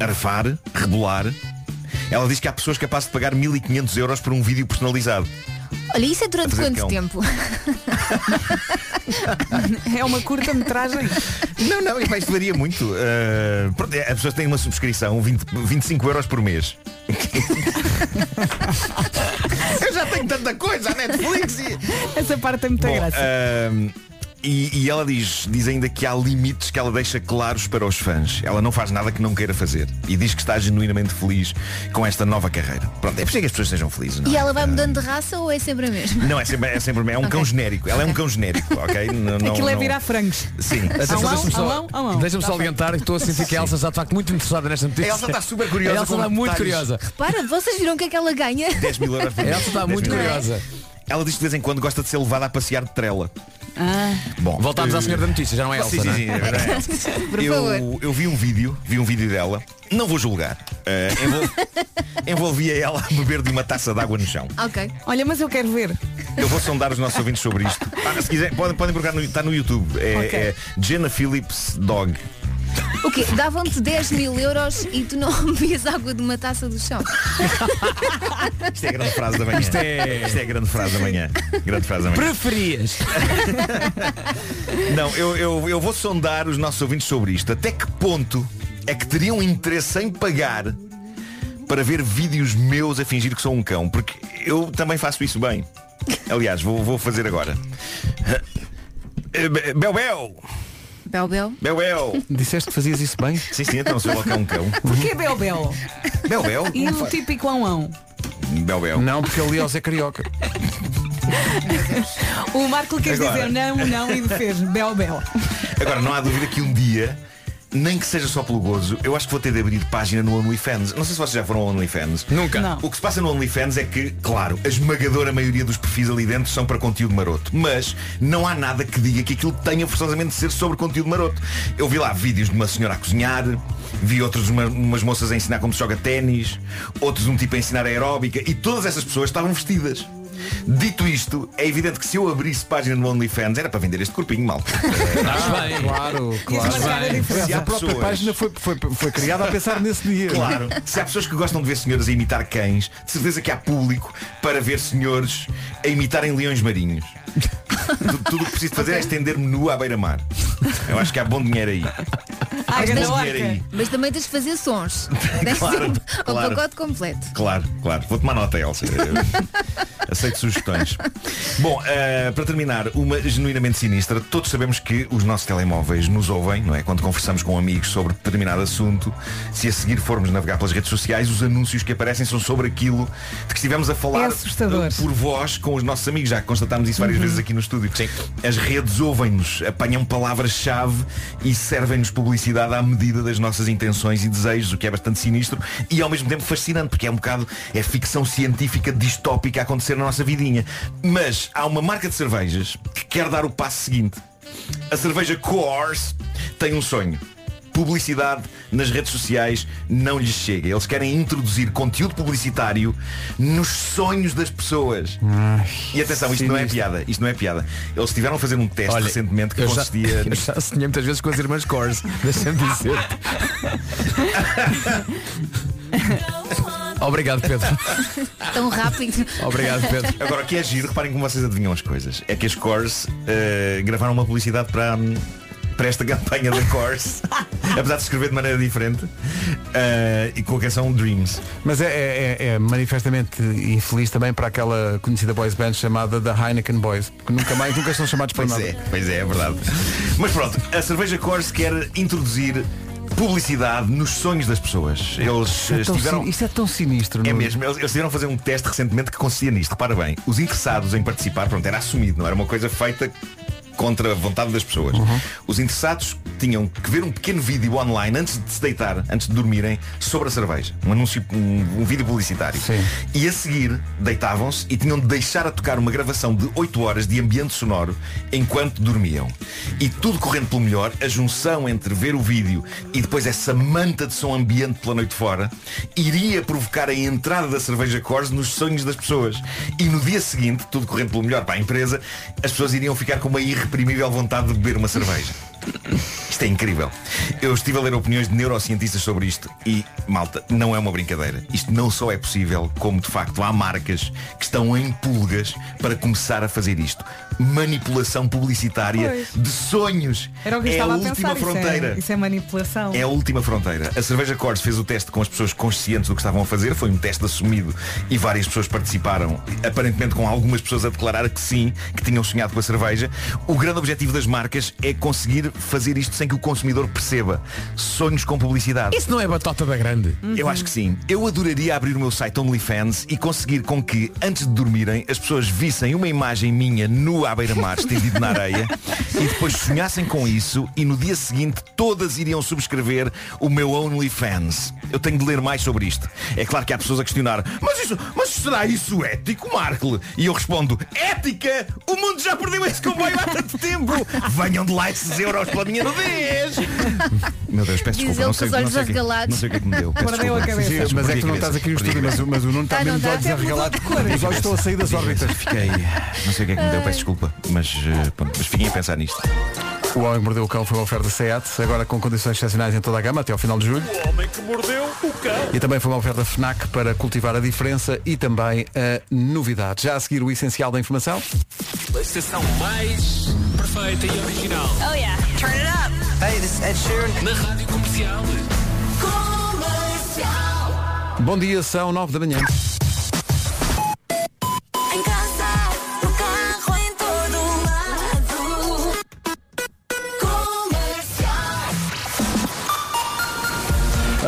Speaker 9: arfar, rebolar. Ela diz que há pessoas capazes de pagar 1500 euros por um vídeo personalizado.
Speaker 4: Olha, isso é durante
Speaker 9: Fazer
Speaker 4: quanto
Speaker 9: cão. Ah,
Speaker 4: tempo?
Speaker 2: É uma curta-metragem.
Speaker 9: Não, não, e mais varia muito. Uh, pronto, é, as pessoas têm uma subscrição, 20, 25 euros por mês. Eu já tenho tanta coisa, a Netflix e...
Speaker 2: Essa parte é muita
Speaker 9: Bom, eh,
Speaker 2: graça.
Speaker 9: ahm, e, e ela diz, diz ainda que há limites que ela deixa claros para os fãs. Ela não faz nada que não queira fazer. E diz que está genuinamente feliz com esta nova carreira. Pronto, é preciso que as pessoas sejam felizes. Não,
Speaker 4: E
Speaker 9: é?
Speaker 4: ela vai mudando de raça ou é sempre a mesma?
Speaker 9: Não, é sempre, é sempre é um cão genérico. Ela é um cão genérico, ok? Não- não-
Speaker 2: Aquilo é
Speaker 9: não-
Speaker 2: virar frangos.
Speaker 9: Sim.
Speaker 2: Atenção, Alão, deixa-me só- alão, alão.
Speaker 8: Deixa-me só
Speaker 2: Tá bem.
Speaker 8: alientar que estou a sentir que a Elsa está de facto muito interessada nesta notícia.
Speaker 9: A Elsa está super curiosa
Speaker 8: A
Speaker 9: com
Speaker 8: Elsa está muito
Speaker 9: detalhes.
Speaker 8: curiosa.
Speaker 4: Repara, vocês viram o que é que ela ganha?
Speaker 9: 10 mil euros por mês.
Speaker 8: Ela está
Speaker 9: 10
Speaker 8: muito
Speaker 9: mil euros.
Speaker 8: curiosa.
Speaker 9: Ela diz que de vez em quando gosta de ser levada a passear de trela.
Speaker 2: Ah.
Speaker 9: Bom,
Speaker 8: Voltámos
Speaker 9: eh,
Speaker 8: à senhora da notícia, já não é Elsa,
Speaker 9: Sim, sim,
Speaker 8: não é?
Speaker 9: sim, é verdade.
Speaker 4: Por favor.
Speaker 9: eu, eu vi um vídeo, vi um vídeo dela, não vou julgar. Eh, envol- envolvia ela a beber de uma taça de água no chão.
Speaker 4: Ok.
Speaker 2: Olha, mas eu quero ver.
Speaker 9: Eu vou sondar os nossos ouvintes sobre isto. Ah, se quiser, podem, podem procurar, no, está no YouTube. É,
Speaker 4: Ok.
Speaker 9: é Jenna Phillips Dog.
Speaker 4: O quê? Davam-te 10 mil euros e tu não bebias água de uma taça do chão.
Speaker 9: Isto é a grande frase da manhã.
Speaker 8: Isto é-
Speaker 9: Isto é a grande frase da manhã. Grande frase da manhã.
Speaker 8: Preferias.
Speaker 9: Não, eu, eu, eu vou sondar os nossos ouvintes sobre isto. Até que ponto é que teriam interesse em pagar para ver vídeos meus a fingir que sou um cão? Porque eu também faço isso bem. Aliás, vou, vou fazer agora. Eh, Be- Bel Bel!
Speaker 4: Bel Bel.
Speaker 9: Bel Bel!
Speaker 1: Disseste que fazias isso bem?
Speaker 9: Sim, sim, então sou logo um cão.
Speaker 2: Porquê é Bel Bel?
Speaker 9: Bel Bel?
Speaker 2: E o típico ão-ão.
Speaker 9: Bel Bel.
Speaker 1: Não, porque ali é o Zé Carioca.
Speaker 2: O Marco quis
Speaker 9: Agora.
Speaker 2: dizer não, não e fez Bel Bel.
Speaker 9: Agora, não há dúvida que um dia, nem que seja só pelo gozo, eu acho que vou ter de abrir página no OnlyFans. Não sei se vocês já foram ao OnlyFans.
Speaker 8: Nunca.
Speaker 2: Não.
Speaker 9: O que se passa no OnlyFans é que, claro, a esmagadora maioria dos perfis ali dentro são para conteúdo maroto. Mas não há nada que diga que aquilo tenha forçosamente de ser sobre conteúdo maroto. Eu vi lá vídeos de uma senhora a cozinhar, vi outros uma, umas moças a ensinar como se joga ténis, outros um tipo a ensinar aeróbica e todas essas pessoas estavam vestidas. Dito isto, é evidente que se eu abrisse página no OnlyFans era para vender este corpinho mal.
Speaker 8: Estás bem.
Speaker 1: Claro, claro.
Speaker 2: Mas cara,
Speaker 8: bem.
Speaker 1: Aliás,
Speaker 9: Se há
Speaker 1: a própria
Speaker 9: pessoas-
Speaker 1: página foi, foi, foi criada a pensar nesse dia.
Speaker 9: Claro. Se há pessoas que gostam de ver senhoras a imitar cães, de certeza que há público para ver senhores a imitarem leões marinhos. Tu- Tudo o que preciso fazer é estender-me nu à beira-mar. Eu acho que há bom dinheiro aí.
Speaker 2: Ai,
Speaker 9: Mas
Speaker 2: grande
Speaker 9: tens dinheiro
Speaker 2: orca.
Speaker 9: aí.
Speaker 4: Mas também tens de fazer sons. Tens de
Speaker 9: Claro,
Speaker 4: ser um, um
Speaker 9: claro.
Speaker 4: pacote completo.
Speaker 9: Claro, claro. Vou tomar nota, Elsa. Aceito sugestões. Bom, eh, para terminar, uma genuinamente sinistra. Todos sabemos que os nossos telemóveis nos ouvem, não é? Quando conversamos com amigos sobre determinado assunto, se a seguir formos navegar pelas redes sociais, os anúncios que aparecem são sobre aquilo de que estivemos a falar
Speaker 2: É assustador.
Speaker 9: eh, por voz com os nossos amigos. Já constatámos isso várias
Speaker 2: Uhum.
Speaker 9: vezes aqui no estúdio. As redes ouvem-nos, apanham palavras-chave e servem-nos publicidade à medida das nossas intenções e desejos, o que é bastante sinistro e ao mesmo tempo fascinante, porque é um bocado é ficção científica distópica a acontecer na nossa vidinha. Mas há uma marca de cervejas que quer dar o passo seguinte. A cerveja Coors tem um sonho. Publicidade nas redes sociais não lhes chega. Eles querem introduzir conteúdo publicitário nos sonhos das pessoas. E atenção, isto não é piada, isto não é piada. Eles tiveram a fazer um teste recentemente que
Speaker 10: eu já-
Speaker 9: consistia
Speaker 10: eu já sonhei muitas vezes com as irmãs Cores, deixa-me dizer.
Speaker 5: Oh,
Speaker 9: Obrigado, Pedro.
Speaker 4: Tão rápido.
Speaker 9: Agora, o que é giro, reparem como vocês adivinham as coisas. É que as Cores eh, gravaram uma publicidade para, hum, para esta campanha da Cores, apesar de escrever de maneira diferente, eh, e com a canção Dreams.
Speaker 1: Mas é, é- é- é manifestamente infeliz também para aquela conhecida boys band chamada The Heineken Boys, que nunca mais nunca são chamados para
Speaker 9: Pois
Speaker 1: nada.
Speaker 9: é, pois é, é verdade. Mas pronto, a cerveja Coors quer introduzir publicidade nos sonhos das pessoas. Eles
Speaker 1: Isto é
Speaker 9: eh,
Speaker 1: tão
Speaker 9: estiveram.
Speaker 1: sin- Isto é tão sinistro,
Speaker 9: É
Speaker 1: Nuno.
Speaker 9: mesmo, eles, eles tiveram a fazer um teste recentemente que consistia nisto. Repara bem, os interessados em participar, pronto, era assumido, não era uma coisa feita contra a vontade das pessoas. Os interessados tinham que ver um pequeno vídeo online antes de se deitar, antes de dormirem, sobre a cerveja. Um anúncio, um, um vídeo publicitário. E a seguir deitavam-se e tinham de deixar a tocar uma gravação de 8 horas de ambiente sonoro enquanto dormiam. E tudo correndo pelo melhor, a junção entre ver o vídeo e depois essa manta de som ambiente pela noite fora, iria provocar a entrada da cerveja Coors nos sonhos das pessoas. E no dia seguinte, tudo correndo pelo melhor para a empresa, as pessoas iriam ficar com uma irreprimível vontade de beber uma cerveja. Isto é incrível. Eu estive a ler opiniões de neurocientistas sobre isto e, malta, não é uma brincadeira. Isto não só é possível, como de facto há marcas que estão em pulgas para começar a fazer isto. Manipulação publicitária
Speaker 2: Pois.
Speaker 9: de sonhos.
Speaker 2: Era o que eu
Speaker 9: é a
Speaker 2: estava a
Speaker 9: última
Speaker 2: pensar. Isso
Speaker 9: fronteira.
Speaker 2: é, isso é manipulação.
Speaker 9: É a última fronteira. A cerveja Cors fez o teste com as pessoas conscientes do que estavam a fazer, foi um teste assumido e várias pessoas participaram, aparentemente com algumas pessoas a declarar que sim, que tinham sonhado com a cerveja. O grande objetivo das marcas é conseguir fazer isto sem que o consumidor perceba. Sonhos com publicidade.
Speaker 10: Isso não é batota da grande.
Speaker 9: Eu acho que sim. Eu adoraria abrir o meu site OnlyFans e conseguir com que, antes de dormirem, as pessoas vissem uma imagem minha nua à beira-mar, estendido na areia, e depois sonhassem com isso e no dia seguinte todas iriam subscrever o meu OnlyFans. Eu tenho de ler mais sobre isto. É claro que há pessoas a questionar, mas isso, mas será isso ético, Markle? E eu respondo, ética? O mundo já perdeu esse comboio há tanto tempo! Venham de lá esses euros pela minha nudez! Meu Deus, peço
Speaker 4: Diz
Speaker 9: desculpa,
Speaker 4: ele
Speaker 9: não
Speaker 4: com
Speaker 9: sei,
Speaker 4: os
Speaker 9: não sei, o
Speaker 4: olhos
Speaker 9: que-
Speaker 4: arregalados.
Speaker 9: não sei o que é que me deu. peço
Speaker 4: Perdeu a
Speaker 9: desculpa.
Speaker 4: cabeça.
Speaker 1: Sim, sim, mas é que tu não estás aqui no estúdio, mas, o- mas o Nuno está
Speaker 4: Tá, não
Speaker 1: mesmo de
Speaker 4: tá?
Speaker 1: olhos
Speaker 4: Até mudou
Speaker 1: arregalados.
Speaker 4: de cor.
Speaker 1: Os olhos estão a sair das órbitas.
Speaker 9: Fiquei. Não sei o que é que me deu, peço desculpa, mas, eh, pronto, mas fiquem a pensar nisto.
Speaker 1: O Homem que Mordeu o Cão foi uma oferta SEAT, agora com condições excepcionais em toda a gama até ao final de julho.
Speaker 12: O homem que mordeu o cão.
Speaker 1: E também foi uma oferta FNAC para cultivar a diferença e também a novidade. Já a seguir o essencial da informação.
Speaker 12: A estação mais perfeita e original.
Speaker 5: Oh yeah, turn it up.
Speaker 12: Hey, this is Ed Sheeran. Na rádio comercial.
Speaker 5: Comercial.
Speaker 1: Bom dia, são 9 da manhã.
Speaker 5: Em casa, no carro, em todo lado. Comercial.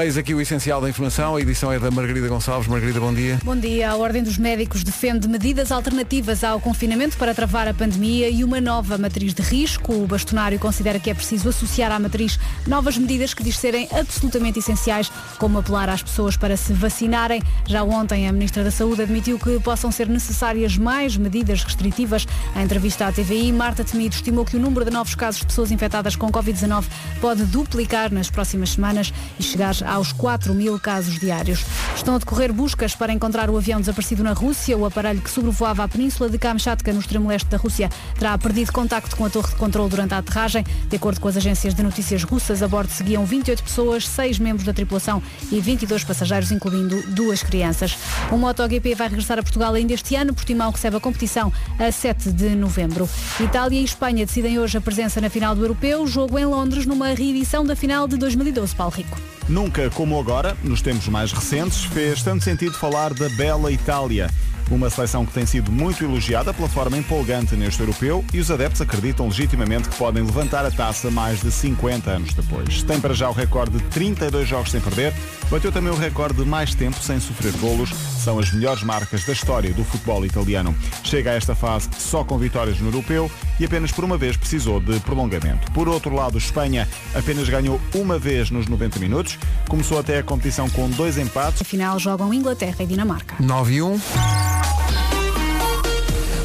Speaker 1: Eis aqui o essencial da informação. A edição é da Margarida Gonçalves. Margarida, bom dia.
Speaker 7: Bom dia. A Ordem dos Médicos defende medidas alternativas ao confinamento para travar a pandemia e uma nova matriz de risco. O bastonário considera que é preciso associar à matriz novas medidas que diz serem absolutamente essenciais, como apelar às pessoas para se vacinarem. Já ontem, a Ministra da Saúde admitiu que possam ser necessárias mais medidas restritivas. Em entrevista à TVI, Marta Temido estimou que o número de novos casos de pessoas infectadas com Covid-19 pode duplicar nas próximas semanas e chegar aos 4 mil casos diários. Estão a decorrer buscas para encontrar o avião desaparecido na Rússia. O aparelho que sobrevoava a península de Kamchatka, no extremo leste da Rússia, terá perdido contacto com a torre de controle durante a aterragem. De acordo com as agências de notícias russas, a bordo seguiam 28 pessoas, 6 membros da tripulação e 22 passageiros, incluindo duas crianças. O MotoGP vai regressar a Portugal ainda este ano. Portimão recebe a competição a 7 de novembro. Itália e Espanha decidem hoje a presença na final do Europeu, jogo em Londres, numa reedição da final de 2012. Paulo Rico.
Speaker 13: Nunca como agora, nos tempos mais recentes, fez tanto sentido falar da bela Itália. Uma seleção que tem sido muito elogiada pela forma empolgante neste europeu e os adeptos acreditam legitimamente que podem levantar a taça mais de 50 anos depois. Tem para já o recorde de 32 jogos sem perder, bateu também o recorde de mais tempo sem sofrer golos, são as melhores marcas da história do futebol italiano. Chega a esta fase só com vitórias no europeu e apenas por uma vez precisou de prolongamento. Por outro lado, Espanha apenas ganhou uma vez nos 90 minutos, começou até a competição com dois empates.
Speaker 7: Afinal, jogam Inglaterra e Dinamarca.
Speaker 1: 9 e 1.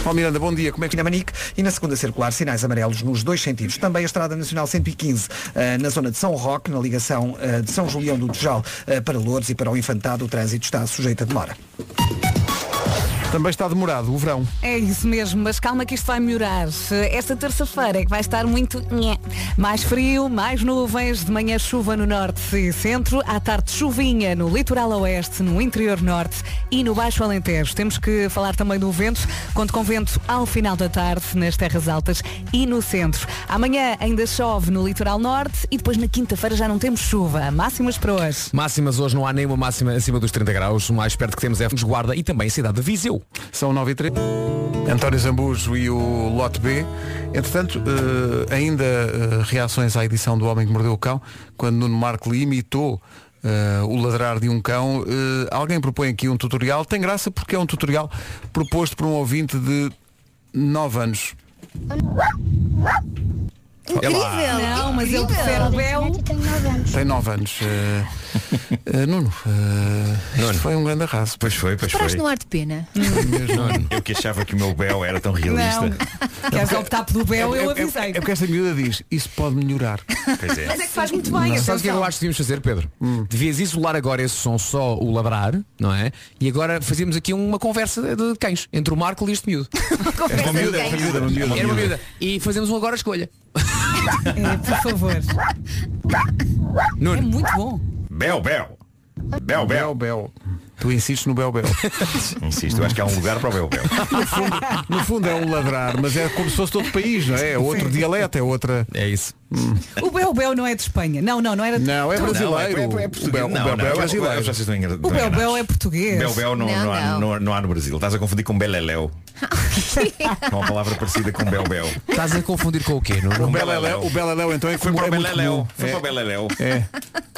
Speaker 3: Ó Miranda, bom dia. Como é que na Manique e na segunda circular sinais amarelos nos dois sentidos. Também a Estrada Nacional 115 eh, na zona de São Roque, na ligação eh, de São Julião do Tejal eh, para Lourdes e para o Infantado, o trânsito está sujeito a demora.
Speaker 1: é? Também está demorado o verão.
Speaker 2: É isso mesmo, mas calma que isto vai melhorar. Eh, Esta terça-feira é que vai estar muito nhé. mais frio, mais nuvens, de manhã chuva no norte e centro, à tarde chuvinha no litoral oeste, no interior norte e no baixo Alentejo. Temos que falar também do vento, conto com vento ao final da tarde nas terras altas e no centro. Amanhã ainda chove no litoral norte e depois na quinta-feira já não temos chuva. Máximas para hoje.
Speaker 10: Máximas hoje não há nenhuma máxima acima dos 30 graus. O mais perto que temos é nos Guarda e também a cidade de Viseu.
Speaker 1: São 9 e 3. António Zambujo e o Lote B. Entretanto, eh, ainda eh, reações à edição do Homem que Mordeu o Cão, quando Nuno Marco lhe imitou eh, o ladrar de um cão. Eh, alguém propõe aqui um tutorial. Tem graça porque é um tutorial proposto por um ouvinte de 9 anos.
Speaker 9: É
Speaker 5: Incrível!
Speaker 2: Não, mas ele prefere o Bel.
Speaker 1: Tem 9 anos. Eh, eh, Nuno, eh, isto foi um grande arraso.
Speaker 9: Pois foi, pois
Speaker 4: Paraste no ar de pena.
Speaker 9: Eu que achava que o meu Bel era tão realista.
Speaker 2: Não. Queres optar pelo Bel, eu avisei.
Speaker 1: É porque esta miúda diz, isso pode melhorar.
Speaker 9: Pois é.
Speaker 2: Mas é que faz muito bem,
Speaker 10: Sabe o que é que eu
Speaker 2: atenção. Hum.
Speaker 10: acho que devíamos fazer, Pedro? Devias isolar agora esse som só o labrar, não é? E agora fazíamos aqui uma conversa de cães entre o Marco e este miúdo.
Speaker 9: Conversa Uma miúda, de cães. uma miúda, uma miúda, uma
Speaker 10: Era uma
Speaker 9: miúda.
Speaker 10: miúda. E fazemos um agora a escolha.
Speaker 2: É, por favor.
Speaker 10: Nuno.
Speaker 2: É muito bom.
Speaker 9: Bel, Bel. Bel, É Bel.
Speaker 1: Bel. Tu insistes no Bel Bel.
Speaker 9: Insisto, eu acho que há um lugar para o Bel Bel.
Speaker 1: No fundo, no fundo é um ladrar, mas é como se fosse todo o país, não é? É outro dialeto, é outra.
Speaker 10: É isso.
Speaker 2: O Bel Bel não é de Espanha. Não, não, não era de...
Speaker 1: Não, é
Speaker 2: Tudo.
Speaker 1: brasileiro.
Speaker 9: O Bel, não,
Speaker 1: Bel
Speaker 9: não,
Speaker 1: é
Speaker 9: eu-
Speaker 1: brasileiro.
Speaker 9: eu- Vocês estão engan-
Speaker 2: O
Speaker 9: estão
Speaker 2: Bel
Speaker 9: enganados.
Speaker 2: Bel é português.
Speaker 9: Bel Bel não,
Speaker 2: Não,
Speaker 9: não há,
Speaker 2: não.
Speaker 9: não- não há no Brasil. Estás a confundir com Beleléu. Com uma palavra parecida com Bel Bel.
Speaker 10: Estás a confundir com o quê?
Speaker 1: O
Speaker 10: Nuno?
Speaker 1: Beleléu, o Beleléu então é
Speaker 9: Foi
Speaker 1: como-
Speaker 9: para o
Speaker 1: é muito
Speaker 9: Beleléu.
Speaker 1: comum.
Speaker 9: Foi para o Beleléu.
Speaker 1: É.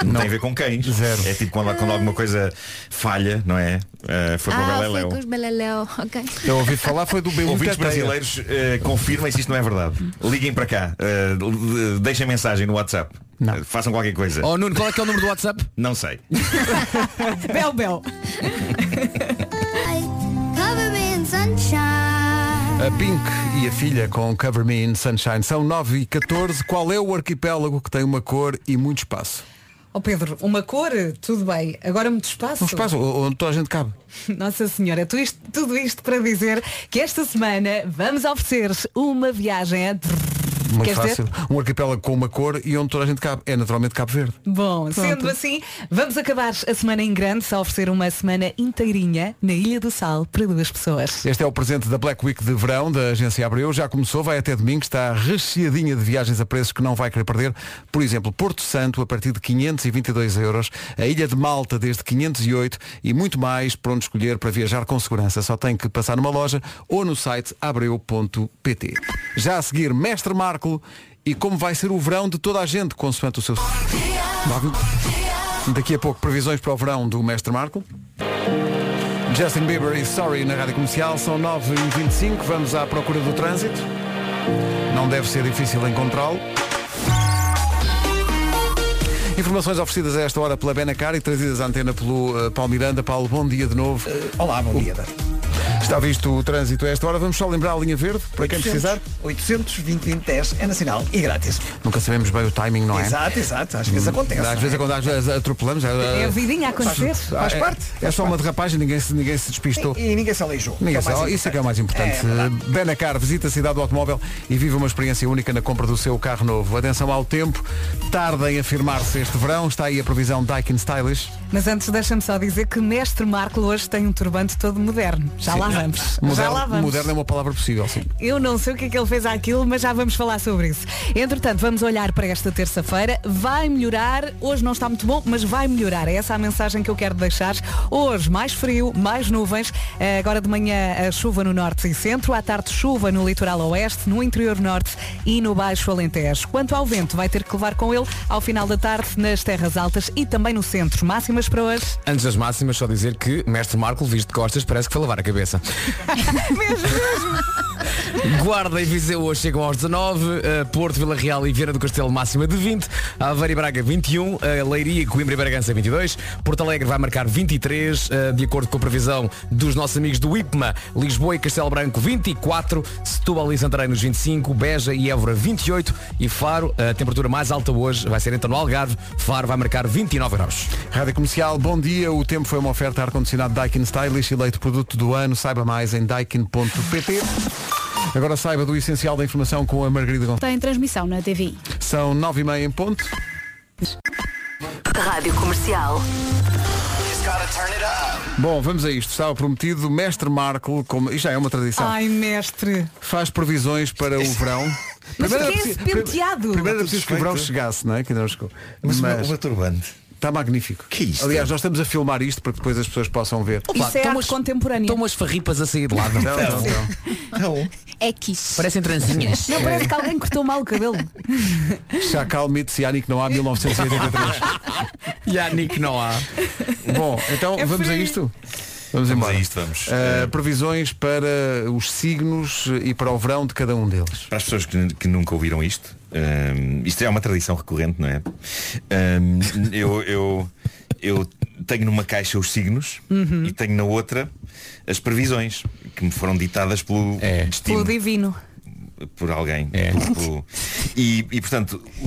Speaker 9: Não, tem a ver com cães. É tipo quando, quando alguma coisa falha, não é? Ah, foi para o
Speaker 4: Ah, foi
Speaker 9: Beleléu.
Speaker 4: com os Beleléu. Ok.
Speaker 1: Eu ouvi Então, falar foi do um Bel
Speaker 9: Ouvintes
Speaker 1: Tateia.
Speaker 9: brasileiros, eh, confirmem se isto não é verdade. Liguem para cá. eh, l- deixem mensagem no WhatsApp. Eh, façam qualquer coisa.
Speaker 10: Oh Nuno, qual é que é o número do WhatsApp?
Speaker 9: Não sei.
Speaker 2: Bel Bel.
Speaker 5: Cover me in sunshine.
Speaker 1: A Pink e a filha com Cover Me in Sunshine são 9 e 14. Qual é o arquipélago que tem uma cor e muito espaço?
Speaker 2: Ó Oh, Pedro, uma cor, tudo bem. Agora muito espaço.
Speaker 1: Um espaço o- onde toda a gente cabe.
Speaker 2: Nossa Senhora, tu isto- tudo isto para dizer que esta semana vamos oferecer uma viagem a...
Speaker 1: Muito
Speaker 2: Queres
Speaker 1: fácil. Um arquipélago com uma cor e onde toda a gente cabe. É naturalmente Cabo Verde.
Speaker 2: Bom, sendo assim, vamos acabar a semana em grande a oferecer uma semana inteirinha na Ilha do Sal para duas pessoas.
Speaker 1: Este é o presente da Black Week de verão da agência Abreu. Já começou, vai até domingo, está recheadinha de viagens a preços que não vai querer perder. Por exemplo, Porto Santo a partir de 522 euros, a Ilha de Malta desde 508 e muito mais para onde escolher para viajar com segurança. Só tem que passar numa loja ou no site abreu.pt. Já a seguir, Mestre Marco e como vai ser o verão de toda a gente, consoante o seu. Daqui a pouco, previsões para o verão do Mestre Marco. Justin Bieber e Sorry na Rádio Comercial, são 9h25, vamos à procura do trânsito. Não deve ser difícil encontrá-lo. Informações oferecidas a esta hora pela Benacar e trazidas à antena pelo eh, Paulo Miranda. Paulo, bom dia de novo.
Speaker 3: Olá, bom dia.
Speaker 1: Está visto o trânsito a esta hora, vamos só lembrar a linha verde, para quem precisar.
Speaker 3: 800 20 é nacional e grátis.
Speaker 1: Nunca sabemos bem o timing, não é?
Speaker 3: Exato, exato. Às vezes acontece. é?
Speaker 1: Às vezes, quando às vezes atropelamos.
Speaker 2: É a vidinha a acontecer.
Speaker 3: Faz
Speaker 1: é-
Speaker 3: parte,
Speaker 1: É só uma derrapagem, ninguém se, ninguém se despistou.
Speaker 3: é? E, e ninguém se aleijou.
Speaker 1: Ninguém
Speaker 3: Que é o
Speaker 1: sabe.
Speaker 3: mais
Speaker 1: isso é que é o mais importante. Eh,
Speaker 3: É,
Speaker 1: Benacar visita a cidade do automóvel e vive uma experiência única na compra do seu carro novo. Atenção ao tempo, tarda em afirmar-se este verão, está aí a previsão Daikin Stylish.
Speaker 2: Mas antes deixa-me só dizer que Mestre Marco hoje tem um turbante todo moderno. Já
Speaker 1: Sim.
Speaker 2: lá vamos. já
Speaker 1: Moderno-
Speaker 2: lá vamos.
Speaker 1: Moderno é uma palavra possível, sim.
Speaker 2: Eu não sei o que é que ele fez àquilo, mas já vamos falar sobre isso. Entretanto, vamos olhar para esta terça-feira. Vai melhorar. Hoje não está muito bom, mas vai melhorar. É essa a mensagem que eu quero deixar. Hoje, mais frio, mais nuvens. Eh, Agora de manhã, a chuva no norte e centro. À tarde, chuva no litoral oeste, no interior norte e no baixo Alentejo. Quanto ao vento, vai ter que levar com ele ao final da tarde nas terras altas e também no centro. Máximas para hoje.
Speaker 8: Antes das máximas, só dizer que Mestre Marco, visto de costas, parece que foi lavar a cabeça.
Speaker 2: mesmo, mesmo.
Speaker 8: Guarda e Viseu hoje chegam aos 19, eh, Porto, Vila Real e Viana do Castelo máxima de 20, Aveiro e Braga 21, eh, Leiria, Coimbra e Bragança 22, Porto Alegre vai marcar 23, eh, de acordo com a previsão dos nossos amigos do IPMA, Lisboa e Castelo Branco 24, Setúbal e Santarém nos 25, Beja e Évora 28 e Faro, a temperatura mais alta hoje vai ser então no Algarve, Faro vai marcar 29 graus.
Speaker 1: Rádio Comercial, bom dia. O tempo foi uma oferta ar-condicionado Daikin Stylish, eleito produto do ano. Saiba mais em daikin.pt. Agora saiba do essencial da informação com a Margarida Gonçalves.
Speaker 7: Tem transmissão na TVI.
Speaker 1: São nove e meia em ponto.
Speaker 14: Rádio Comercial.
Speaker 1: Bom, vamos a isto. Estava prometido, Mestre Marco, como... isto já é uma tradição,
Speaker 2: Ai, mestre.
Speaker 1: faz previsões para o verão.
Speaker 2: Mas
Speaker 1: Primeiro
Speaker 2: que
Speaker 1: é preciso-
Speaker 2: penteado.
Speaker 1: Primeiro era preciso que o verão chegasse, não é? Que ainda não chegou.
Speaker 9: Mas o meu- o meu turbante.
Speaker 1: Está magnífico. Que
Speaker 9: isto?
Speaker 1: Aliás, nós estamos a filmar isto para que depois as pessoas possam ver.
Speaker 2: Isso é arte contemporânea.
Speaker 8: Estão umas farripas a sair de lado.
Speaker 1: Não, não, não.
Speaker 4: É quiche.
Speaker 8: Parecem trancinhas.
Speaker 2: Não, parece que alguém cortou mal o cabelo.
Speaker 1: Chacal Mitzianic não há 1983.
Speaker 8: Yannick não há.
Speaker 1: Bom, então
Speaker 2: É
Speaker 1: vamos a
Speaker 2: frio.
Speaker 1: isto? Vamos embora. Ah. a isto,
Speaker 9: vamos.
Speaker 1: previsões para os signos e para o verão de cada um deles.
Speaker 9: Para as pessoas que, que nunca ouviram isto, hum, isto é uma tradição recorrente, não é? Hum, eu, eu, eu tenho numa caixa os signos e tenho na outra as previsões que me foram ditadas pelo destino
Speaker 2: Pelo divino.
Speaker 9: por alguém. Por- por- E, e, portanto, o,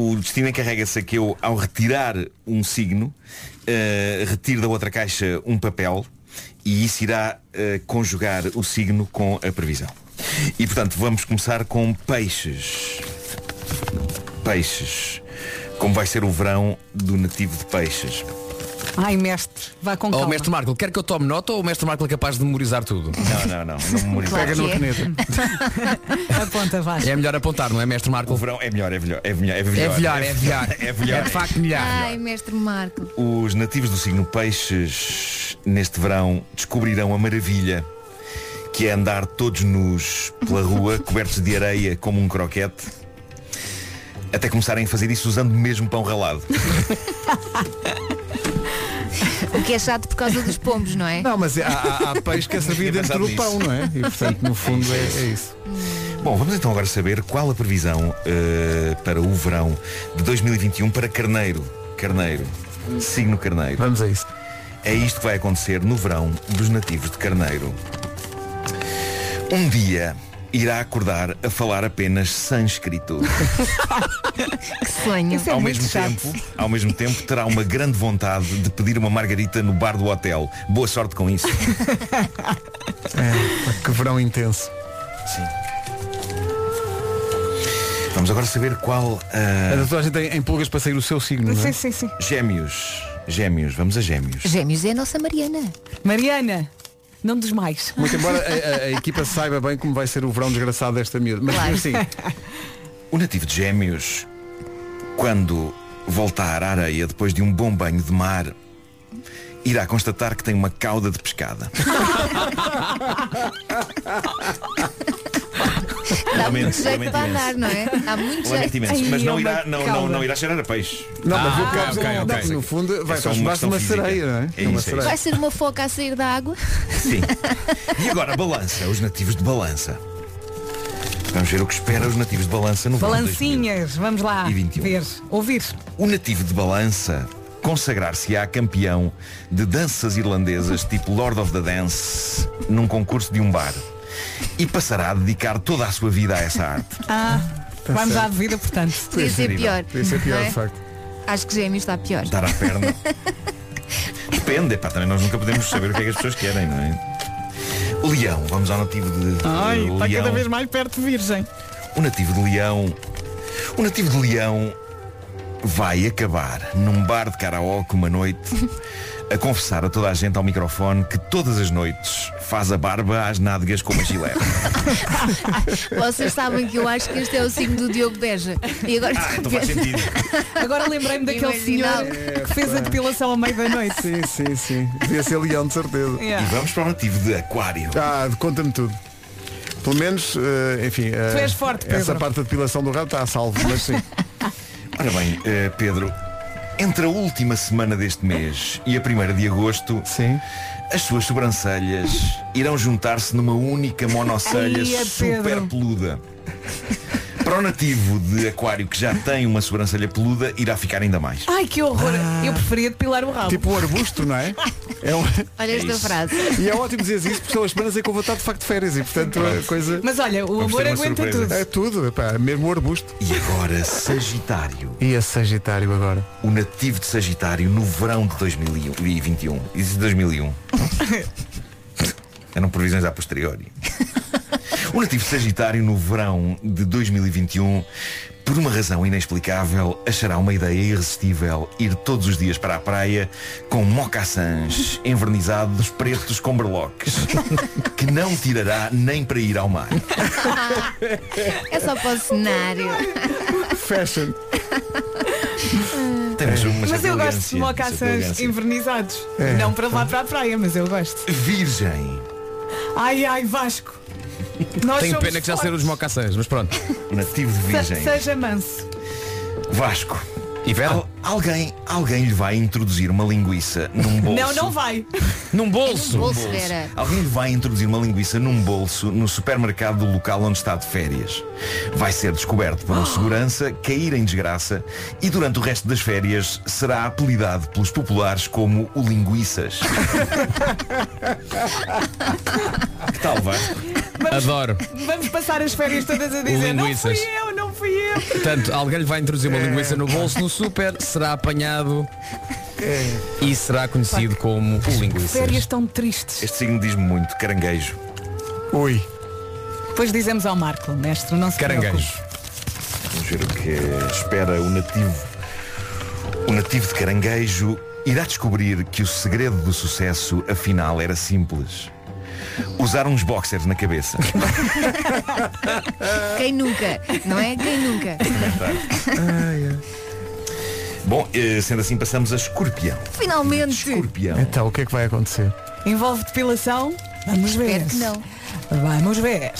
Speaker 9: o- o destino encarrega-se a que eu, ao retirar um signo, eh, retiro da outra caixa um papel e isso irá eh, conjugar o signo com a previsão. E portanto, vamos começar com peixes. Peixes. Como vai ser o verão do nativo de peixes?
Speaker 2: Ai, mestre, vá
Speaker 1: Oh,
Speaker 2: com
Speaker 8: Ou
Speaker 2: calma.
Speaker 8: o Mestre Marco, quer que eu tome nota ou o Mestre Marco é capaz de memorizar tudo?
Speaker 9: Não, não, não. não memorizo.
Speaker 8: Pega
Speaker 4: é.
Speaker 8: numa caneta.
Speaker 2: Aponta, vá.
Speaker 8: É melhor apontar, não é, Mestre Marco? O
Speaker 9: verão é melhor, é melhor, é melhor. É
Speaker 8: É melhor, é melhor.
Speaker 9: É melhor.
Speaker 8: É de facto melhor.
Speaker 4: Ai, mestre Marco.
Speaker 9: Os nativos do signo Peixes neste verão descobrirão a maravilha que é andar todos nus pela rua, cobertos de areia como um croquete, até começarem a fazer isso usando mesmo pão ralado.
Speaker 4: O que é chato por causa dos pombos, não é?
Speaker 1: Não, mas há, há, há peixe que é
Speaker 9: Tinha
Speaker 1: servido dentro
Speaker 9: pensado
Speaker 1: do
Speaker 9: nisso.
Speaker 1: pão, não é? E portanto, no fundo, é, é isso.
Speaker 9: Bom, vamos então agora saber qual a previsão eh, para o verão de 2021 para Carneiro. Carneiro. Signo Carneiro.
Speaker 1: Vamos a isso.
Speaker 9: É isto que vai acontecer no verão dos nativos de Carneiro. Um dia irá acordar a falar apenas sânscrito.
Speaker 4: Que sonho.
Speaker 9: ao mesmo tempo, ao mesmo tempo terá uma grande vontade de pedir uma margarita no bar do hotel. Boa sorte com isso.
Speaker 1: É, que verão intenso.
Speaker 9: Vamos agora saber qual ah,
Speaker 1: A tatuagem tem em pulgas para sair o seu signo, não é?
Speaker 2: Sim, sim, sim.
Speaker 9: Gêmeos. Gêmeos, vamos a gêmeos.
Speaker 4: Gêmeos é a nossa Mariana.
Speaker 2: Mariana, não desmais.
Speaker 1: Muito embora a, a- a equipa saiba bem como vai ser o verão desgraçado desta miúda. Mas assim,
Speaker 2: Claro.
Speaker 1: sim,
Speaker 9: O nativo de gêmeos, quando voltar à areia depois de um bom banho de mar, irá constatar que tem uma cauda de pescada.
Speaker 4: Dá muito
Speaker 9: Lamento,
Speaker 4: jeito
Speaker 9: lamento
Speaker 4: para
Speaker 9: imenso.
Speaker 4: andar, não é? Dá muito
Speaker 9: Lamento
Speaker 4: jeito.
Speaker 9: imenso,
Speaker 4: Ai,
Speaker 9: mas
Speaker 4: é
Speaker 9: não
Speaker 4: uma
Speaker 9: irá, não, não,
Speaker 4: cauda.
Speaker 9: não irá cheirar a peixe.
Speaker 1: Não, mas
Speaker 9: Ah,
Speaker 1: o cabo,
Speaker 9: ok,
Speaker 1: não,
Speaker 9: ok.
Speaker 1: no fundo, vai
Speaker 9: É só uma
Speaker 1: para debaixo de
Speaker 9: questão
Speaker 1: uma
Speaker 9: física.
Speaker 1: sereia, não é?
Speaker 9: É
Speaker 1: uma
Speaker 9: isso, é
Speaker 1: sereia.
Speaker 4: Vai ser uma foca a sair da água.
Speaker 9: Sim. E agora, balança, os nativos de balança. Vamos ver o que espera os nativos de balança no verão de
Speaker 2: Balancinhas, vamos lá.
Speaker 9: E 21.
Speaker 2: Ver, ouvir.
Speaker 9: O nativo de balança consagrar-se-á campeão de danças irlandesas tipo Lord of the Dance num concurso de um bar e passará a dedicar toda a sua vida a essa arte.
Speaker 2: Ah,
Speaker 9: Tá
Speaker 2: vamos
Speaker 9: certo.
Speaker 2: à devida, portanto.
Speaker 4: Podia ser pior. não é?
Speaker 1: facto.
Speaker 4: Acho que gêmeos está pior.
Speaker 9: Dar à perna. Depende, pá, também nós nunca podemos saber o que é que as pessoas querem, não é? O leão, vamos ao nativo de, de o
Speaker 2: tá
Speaker 9: leão.
Speaker 2: mais perto de virgem.
Speaker 9: O nativo de leão. O nativo de leão vai acabar num bar de karaoke uma noite a confessar a toda a gente ao microfone que todas as noites faz a barba às nádegas com uma gilete.
Speaker 4: Vocês sabem que eu acho que este é o signo do Diogo Beja. E agora
Speaker 9: Ah, então faz sentido.
Speaker 2: Agora lembrei-me daquele
Speaker 4: Imaginava.
Speaker 2: senhor que fez a depilação ao meio da noite.
Speaker 1: Sim, sim, sim. Devia ser leão, de certeza.
Speaker 2: Yeah.
Speaker 9: E vamos para o nativo de Aquário.
Speaker 1: Ah, conta-me tudo. Pelo menos, eh, enfim. eh,
Speaker 2: Tu és forte,
Speaker 1: Essa
Speaker 2: Pedro.
Speaker 1: parte da depilação do rabo está a salvo, mas sim.
Speaker 9: Ora bem, eh, Pedro, entre a última semana deste mês e a primeira de agosto, as suas sobrancelhas irão juntar-se numa única monocelha
Speaker 12: Ai, é
Speaker 9: super
Speaker 12: Pedro.
Speaker 9: peluda. Para o nativo de aquário que já tem uma sobrancelha peluda, irá ficar ainda mais.
Speaker 2: Ai, que horror. Eu preferia depilar o rabo.
Speaker 1: Tipo um arbusto, não é? é um...
Speaker 4: Olha esta
Speaker 1: isso.
Speaker 4: frase.
Speaker 1: E é ótimo dizer isso porque são as semanas em que eu vou estar de facto de férias e portanto a coisa.
Speaker 2: Mas olha, o
Speaker 1: Vamos ter
Speaker 2: amor
Speaker 1: uma
Speaker 2: aguenta
Speaker 1: surpresa.
Speaker 2: tudo.
Speaker 1: É tudo, epá, mesmo o arbusto.
Speaker 9: E agora, Sagitário.
Speaker 1: E a Sagitário agora?
Speaker 9: O nativo de Sagitário no verão de 2021. Isso de 2001. Eram previsões a posteriori. O nativo de Sagitário no verão de 2021, por uma razão inexplicável, achará uma ideia irresistível ir todos os dias para a praia com mocassins envernizados pretos com berloques, que não tirará nem para ir ao mar.
Speaker 4: É só para o cenário.
Speaker 1: Fashion.
Speaker 9: Temos uma
Speaker 2: Mas
Speaker 9: certa
Speaker 2: eu gosto de
Speaker 9: elegância, uma certa
Speaker 2: mocassins
Speaker 9: elegância.
Speaker 2: envernizados.
Speaker 9: É.
Speaker 2: Não para levar para a praia, mas eu gosto.
Speaker 9: Virgem.
Speaker 2: Ai, ai, Vasco. Nós
Speaker 8: Tenho
Speaker 2: somos
Speaker 8: pena que já saíram os
Speaker 2: fortes.
Speaker 8: mocaçãs, mas pronto.
Speaker 9: Nativo de
Speaker 2: Se-
Speaker 9: Virgem.
Speaker 2: Seja manso.
Speaker 9: Vasco. Al- alguém, alguém lhe vai introduzir uma linguiça num bolso.
Speaker 2: Não, não vai.
Speaker 8: Num
Speaker 2: bolso.
Speaker 9: Num bolso. Alguém lhe vai introduzir uma linguiça num bolso no supermercado do local onde está de férias. Vai ser descoberto
Speaker 2: Ah.
Speaker 9: por um segurança, cair em desgraça e durante o resto das férias será apelidado pelos populares como o Linguiças. que tal, Vasco?
Speaker 8: Adoro.
Speaker 2: Vamos passar as férias todas a dizer não fui
Speaker 8: linguiças.
Speaker 2: eu, não fui eu.
Speaker 8: Portanto, alguém lhe vai introduzir
Speaker 10: É.
Speaker 8: uma linguiça no bolso no super, será apanhado
Speaker 10: É.
Speaker 8: e será conhecido como o linguiça.
Speaker 2: Férias tão tristes.
Speaker 9: Este signo diz-me muito, caranguejo.
Speaker 1: Ui.
Speaker 2: Depois dizemos ao Marco, mestre, não se preocupe.
Speaker 9: Vamos ver o que espera o nativo. O nativo de caranguejo irá descobrir que o segredo do sucesso, afinal, era simples. Usar uns boxers na cabeça.
Speaker 4: Quem nunca? Não é? Quem nunca?
Speaker 9: Bom, eh, sendo assim, passamos a escorpião.
Speaker 4: Finalmente.
Speaker 9: Escorpião.
Speaker 1: Então, o que é que vai acontecer?
Speaker 2: Envolve depilação? Vamos ver.
Speaker 4: que não.
Speaker 2: Vamos ver.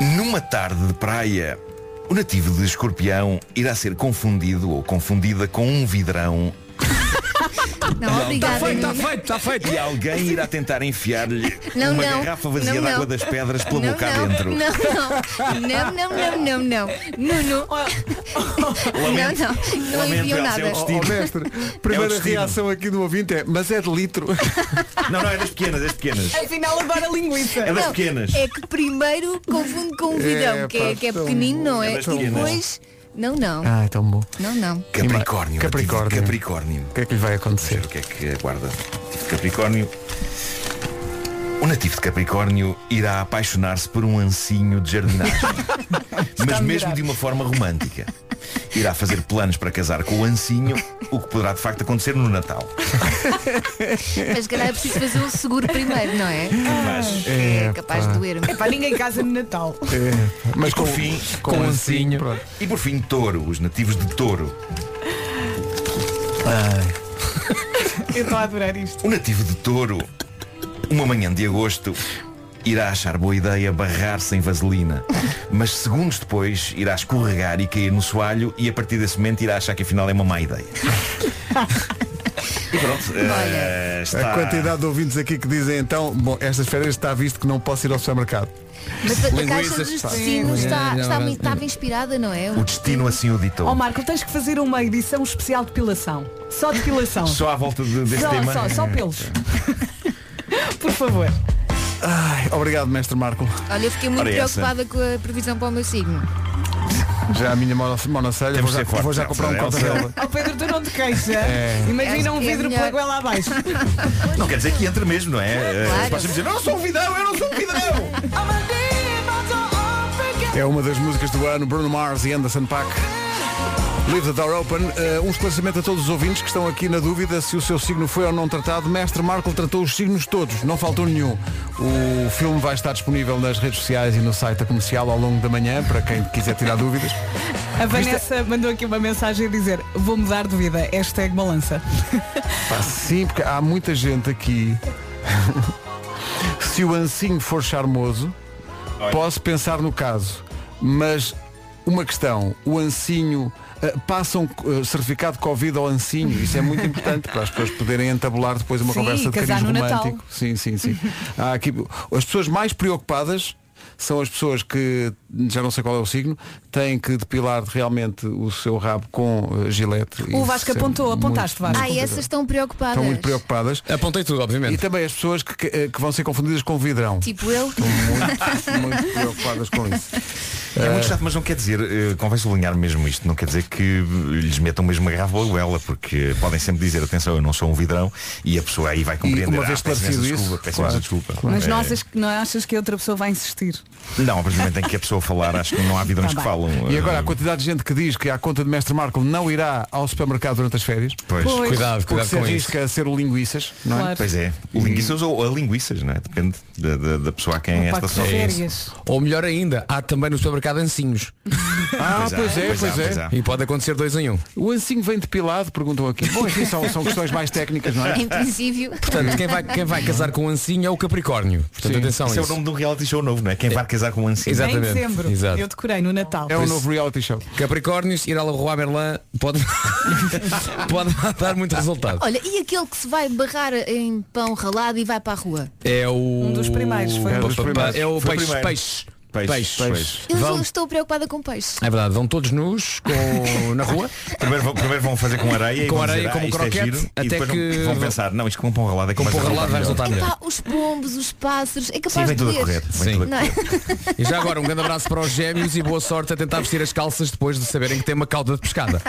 Speaker 1: Então-
Speaker 9: Numa tarde de praia, o nativo de escorpião irá ser confundido ou confundida com um vidrão
Speaker 4: Não, obrigada.
Speaker 8: feito,
Speaker 1: Tá
Speaker 8: está feito.
Speaker 9: e alguém irá tentar enfiar-lhe
Speaker 4: Não,
Speaker 9: uma
Speaker 4: não.
Speaker 9: garrafa vazia
Speaker 4: Não,
Speaker 9: de
Speaker 4: não.
Speaker 9: água das pedras pela
Speaker 4: Não,
Speaker 9: boca
Speaker 4: não,
Speaker 9: adentro.
Speaker 4: não, não, não, não, não, não, Nuno,
Speaker 2: Oh,
Speaker 9: Lamento.
Speaker 4: não, não, não
Speaker 9: Lamento,
Speaker 4: enviam
Speaker 9: Elsa,
Speaker 4: nada.
Speaker 9: é o
Speaker 1: Ó,
Speaker 9: destino.
Speaker 1: ó, Oh, mestre,
Speaker 9: É o
Speaker 1: primeira
Speaker 9: destino.
Speaker 1: reação aqui do ouvinte é, mas é de litro.
Speaker 9: Não, não, é das pequenas, é das pequenas.
Speaker 2: Afinal agora a linguiça.
Speaker 9: É das
Speaker 4: Não,
Speaker 9: pequenas.
Speaker 4: É que primeiro confundo com um vidão,
Speaker 1: É,
Speaker 4: que, é,
Speaker 1: pá,
Speaker 4: que é
Speaker 1: tão
Speaker 4: pequenino, não
Speaker 9: É
Speaker 4: é?
Speaker 9: das
Speaker 4: E
Speaker 9: pequenas.
Speaker 4: depois, não, não,
Speaker 1: Ah, é tão bom.
Speaker 4: não, não.
Speaker 9: Capricórnio.
Speaker 1: Capricórnio.
Speaker 9: ativo de Capricórnio.
Speaker 1: O que é que lhe vai acontecer?
Speaker 9: O que é que aguarda? Ativo de Capricórnio. O nativo de Capricórnio irá apaixonar-se por um ancinho de jardinagem. Mas mesmo de uma forma romântica. Irá fazer planos para casar com o ancinho, o que poderá de facto acontecer no Natal.
Speaker 4: Mas se calhar é preciso fazer um seguro primeiro, não é?
Speaker 9: Mas
Speaker 4: É capaz de doer-me.
Speaker 2: É para ninguém casa no Natal.
Speaker 1: É, mas
Speaker 9: E
Speaker 1: com,
Speaker 9: por fim,
Speaker 1: com, um
Speaker 8: com
Speaker 1: ancinho.
Speaker 8: ancinho.
Speaker 1: pronto.
Speaker 9: E por fim, touro, os nativos de touro.
Speaker 2: Eu estou a adorar isto.
Speaker 9: O nativo de touro, uma manhã de agosto, irá achar boa ideia barrar-se em vaselina. Mas segundos depois irá escorregar e cair no soalho e a partir desse momento irá achar que afinal é uma má ideia. E pronto, eh, está...
Speaker 1: A quantidade de ouvintes aqui que dizem então, bom, estas férias está visto que não posso ir ao supermercado.
Speaker 4: Mas a- a
Speaker 8: Linguiças,
Speaker 4: caixa dos
Speaker 8: pá.
Speaker 4: destinos
Speaker 8: Sim,
Speaker 4: está,
Speaker 8: não,
Speaker 4: está,
Speaker 8: não,
Speaker 4: muito- estava inspirada, não é?
Speaker 9: O destino assim o ditou.
Speaker 2: Ó Marco, tens que fazer uma edição especial de depilação. Só depilação.
Speaker 9: Só à volta de- desse
Speaker 2: só,
Speaker 9: tema.
Speaker 2: só, só pelos. Por favor.
Speaker 1: Ai, obrigado, mestre Marco.
Speaker 4: Olha, eu fiquei muito
Speaker 9: Ora, essa.
Speaker 4: preocupada com a previsão para o meu signo.
Speaker 1: Já a minha mono- monocelha,
Speaker 9: Temos
Speaker 1: vou já,
Speaker 9: de ser fortes,
Speaker 1: vou já
Speaker 9: Elsa,
Speaker 1: comprar um
Speaker 9: Elsa.
Speaker 1: corta-relva.
Speaker 2: Ó Pedro, tu não te queixas. Imagina um
Speaker 4: Acho que é
Speaker 2: vidro
Speaker 4: melhor.
Speaker 2: pela goela abaixo.
Speaker 9: Não quer dizer que entre mesmo, não é? Eh,
Speaker 4: Claro.
Speaker 9: Os próximos dizem, eu não sou um vidão, eu não sou um vidão!
Speaker 1: É uma das músicas do ano, Bruno Mars e Anderson Paak. Leave the door open. Uh, um esclarecimento a todos os ouvintes que estão aqui na dúvida se o seu signo foi ou não tratado. Mestre Marco tratou os signos todos, não faltou nenhum. O filme vai estar disponível nas redes sociais e no site da comercial ao longo da manhã, para quem quiser tirar dúvidas.
Speaker 2: A Vanessa mandou aqui uma mensagem a dizer Vou mudar de vida, hashtag balança
Speaker 1: Pá, sim, porque há muita gente aqui. se o ancinho for charmoso, posso pensar no caso. Mas uma questão, o ancinho. eh, Passam eh, certificado de Covid ao ancinho, isso é muito importante para as pessoas poderem entabular depois uma
Speaker 2: Sim,
Speaker 1: conversa de
Speaker 2: casar
Speaker 1: cariz
Speaker 2: no Natal.
Speaker 1: romântico. Sim, sim, sim. Há aqui, as pessoas mais preocupadas são as pessoas que, já não sei qual é o signo, têm que depilar realmente o seu rabo com eh, gilete.
Speaker 4: O
Speaker 1: Isso
Speaker 4: Vasco
Speaker 1: é
Speaker 4: apontou,
Speaker 1: muito-
Speaker 4: apontaste,
Speaker 1: muito
Speaker 4: Vasco. Ai, essas estão preocupadas.
Speaker 1: Estão muito preocupadas.
Speaker 10: Apontei tudo, obviamente.
Speaker 1: E também as pessoas que, eh, que- que vão ser confundidas com vidrão.
Speaker 4: Tipo eu.
Speaker 1: Muito, muito preocupadas com isso.
Speaker 9: É
Speaker 1: Eh,
Speaker 9: muito chato, mas não quer dizer, eh, convém sublinhar mesmo isto, não quer dizer que lhes metam mesmo uma garrafa ou ela, porque podem sempre dizer, atenção, eu não sou um vidrão, e a pessoa aí vai compreender.
Speaker 1: uma vez
Speaker 9: "Ah, peço imensa
Speaker 1: esclarecido isso,
Speaker 9: desculpa, peço imensa
Speaker 1: claro,
Speaker 9: desculpa.
Speaker 2: Mas
Speaker 9: Eh,
Speaker 2: não achas, não achas que a outra pessoa vai insistir?
Speaker 9: Não, a partir do momento em que a pessoa falar, acho que não há vidrões
Speaker 2: Tá
Speaker 9: que
Speaker 2: bem.
Speaker 9: falam.
Speaker 1: E
Speaker 9: eh,
Speaker 1: agora a quantidade de gente que diz que a conta de Mestre Marco não irá ao supermercado durante as férias.
Speaker 9: Pois. Pois. Cuidado,
Speaker 1: Porque
Speaker 9: cuidado
Speaker 1: se
Speaker 9: com
Speaker 1: arrisca a ser o linguiças, não é?
Speaker 9: Pois é, o linguiças ou a linguiças, não é? Depende da, da- da pessoa é a quem esta só.
Speaker 10: Ou melhor ainda, há também no supermercado ancinhos.
Speaker 1: Ah, Pois há, pois é, pois pois há, é. pois há.
Speaker 10: E pode acontecer dois em um.
Speaker 1: O ancinho vem depilado, perguntam aqui. Bom, enfim, são, são questões mais técnicas, não é?
Speaker 4: Em princípio.
Speaker 10: Portanto, quem vai, quem vai casar com o ancinho é o Capricórnio. Portanto,
Speaker 9: Sim.
Speaker 10: atenção a
Speaker 9: Esse é o
Speaker 10: Então, isso.
Speaker 9: nome de um reality show novo, não é? Quem vai casar com um ancinho.
Speaker 10: Exatamente.
Speaker 2: Em dezembro.
Speaker 10: Exato.
Speaker 2: Eu decorei no Natal.
Speaker 10: Por isso,
Speaker 1: É reality show.
Speaker 10: Capricórnios, ir à Leroy Merlin pode, pode dar muito resultado.
Speaker 4: Olha, e aquele que se vai barrar em pão ralado e vai para a rua?
Speaker 10: É o. Um
Speaker 4: dos primeiros, foi.
Speaker 10: É,
Speaker 4: Um dos primeiros.
Speaker 10: o
Speaker 4: Foi o
Speaker 10: peixe,
Speaker 4: primeiro.
Speaker 10: peixe.
Speaker 9: Peixe,
Speaker 10: peixe.
Speaker 4: Eu
Speaker 10: Vão-
Speaker 4: estou preocupada com peixe.
Speaker 10: É verdade, vão todos nus com... na rua.
Speaker 9: Primeiro, vão- primeiro vão fazer com areia e
Speaker 10: Com
Speaker 9: vão
Speaker 10: areia,
Speaker 9: dizer,
Speaker 10: como
Speaker 9: ah, isto
Speaker 10: croquete,
Speaker 9: é giro",
Speaker 10: até
Speaker 9: e depois
Speaker 10: que-
Speaker 9: vão, vão pensar, não, isto com pão ralado é que
Speaker 10: Com
Speaker 9: vai
Speaker 10: pão
Speaker 9: ser
Speaker 10: ralado vai resultar melhor.
Speaker 4: Epá, os pombos, os pássaros, é capaz
Speaker 10: Sim,
Speaker 4: de
Speaker 10: vem tudo a
Speaker 4: ler.
Speaker 10: correr, vem tudo a
Speaker 4: Não é?
Speaker 10: E já agora um grande abraço para os gêmeos e boa sorte a tentar vestir as calças depois de saberem que tem uma cauda de pescada.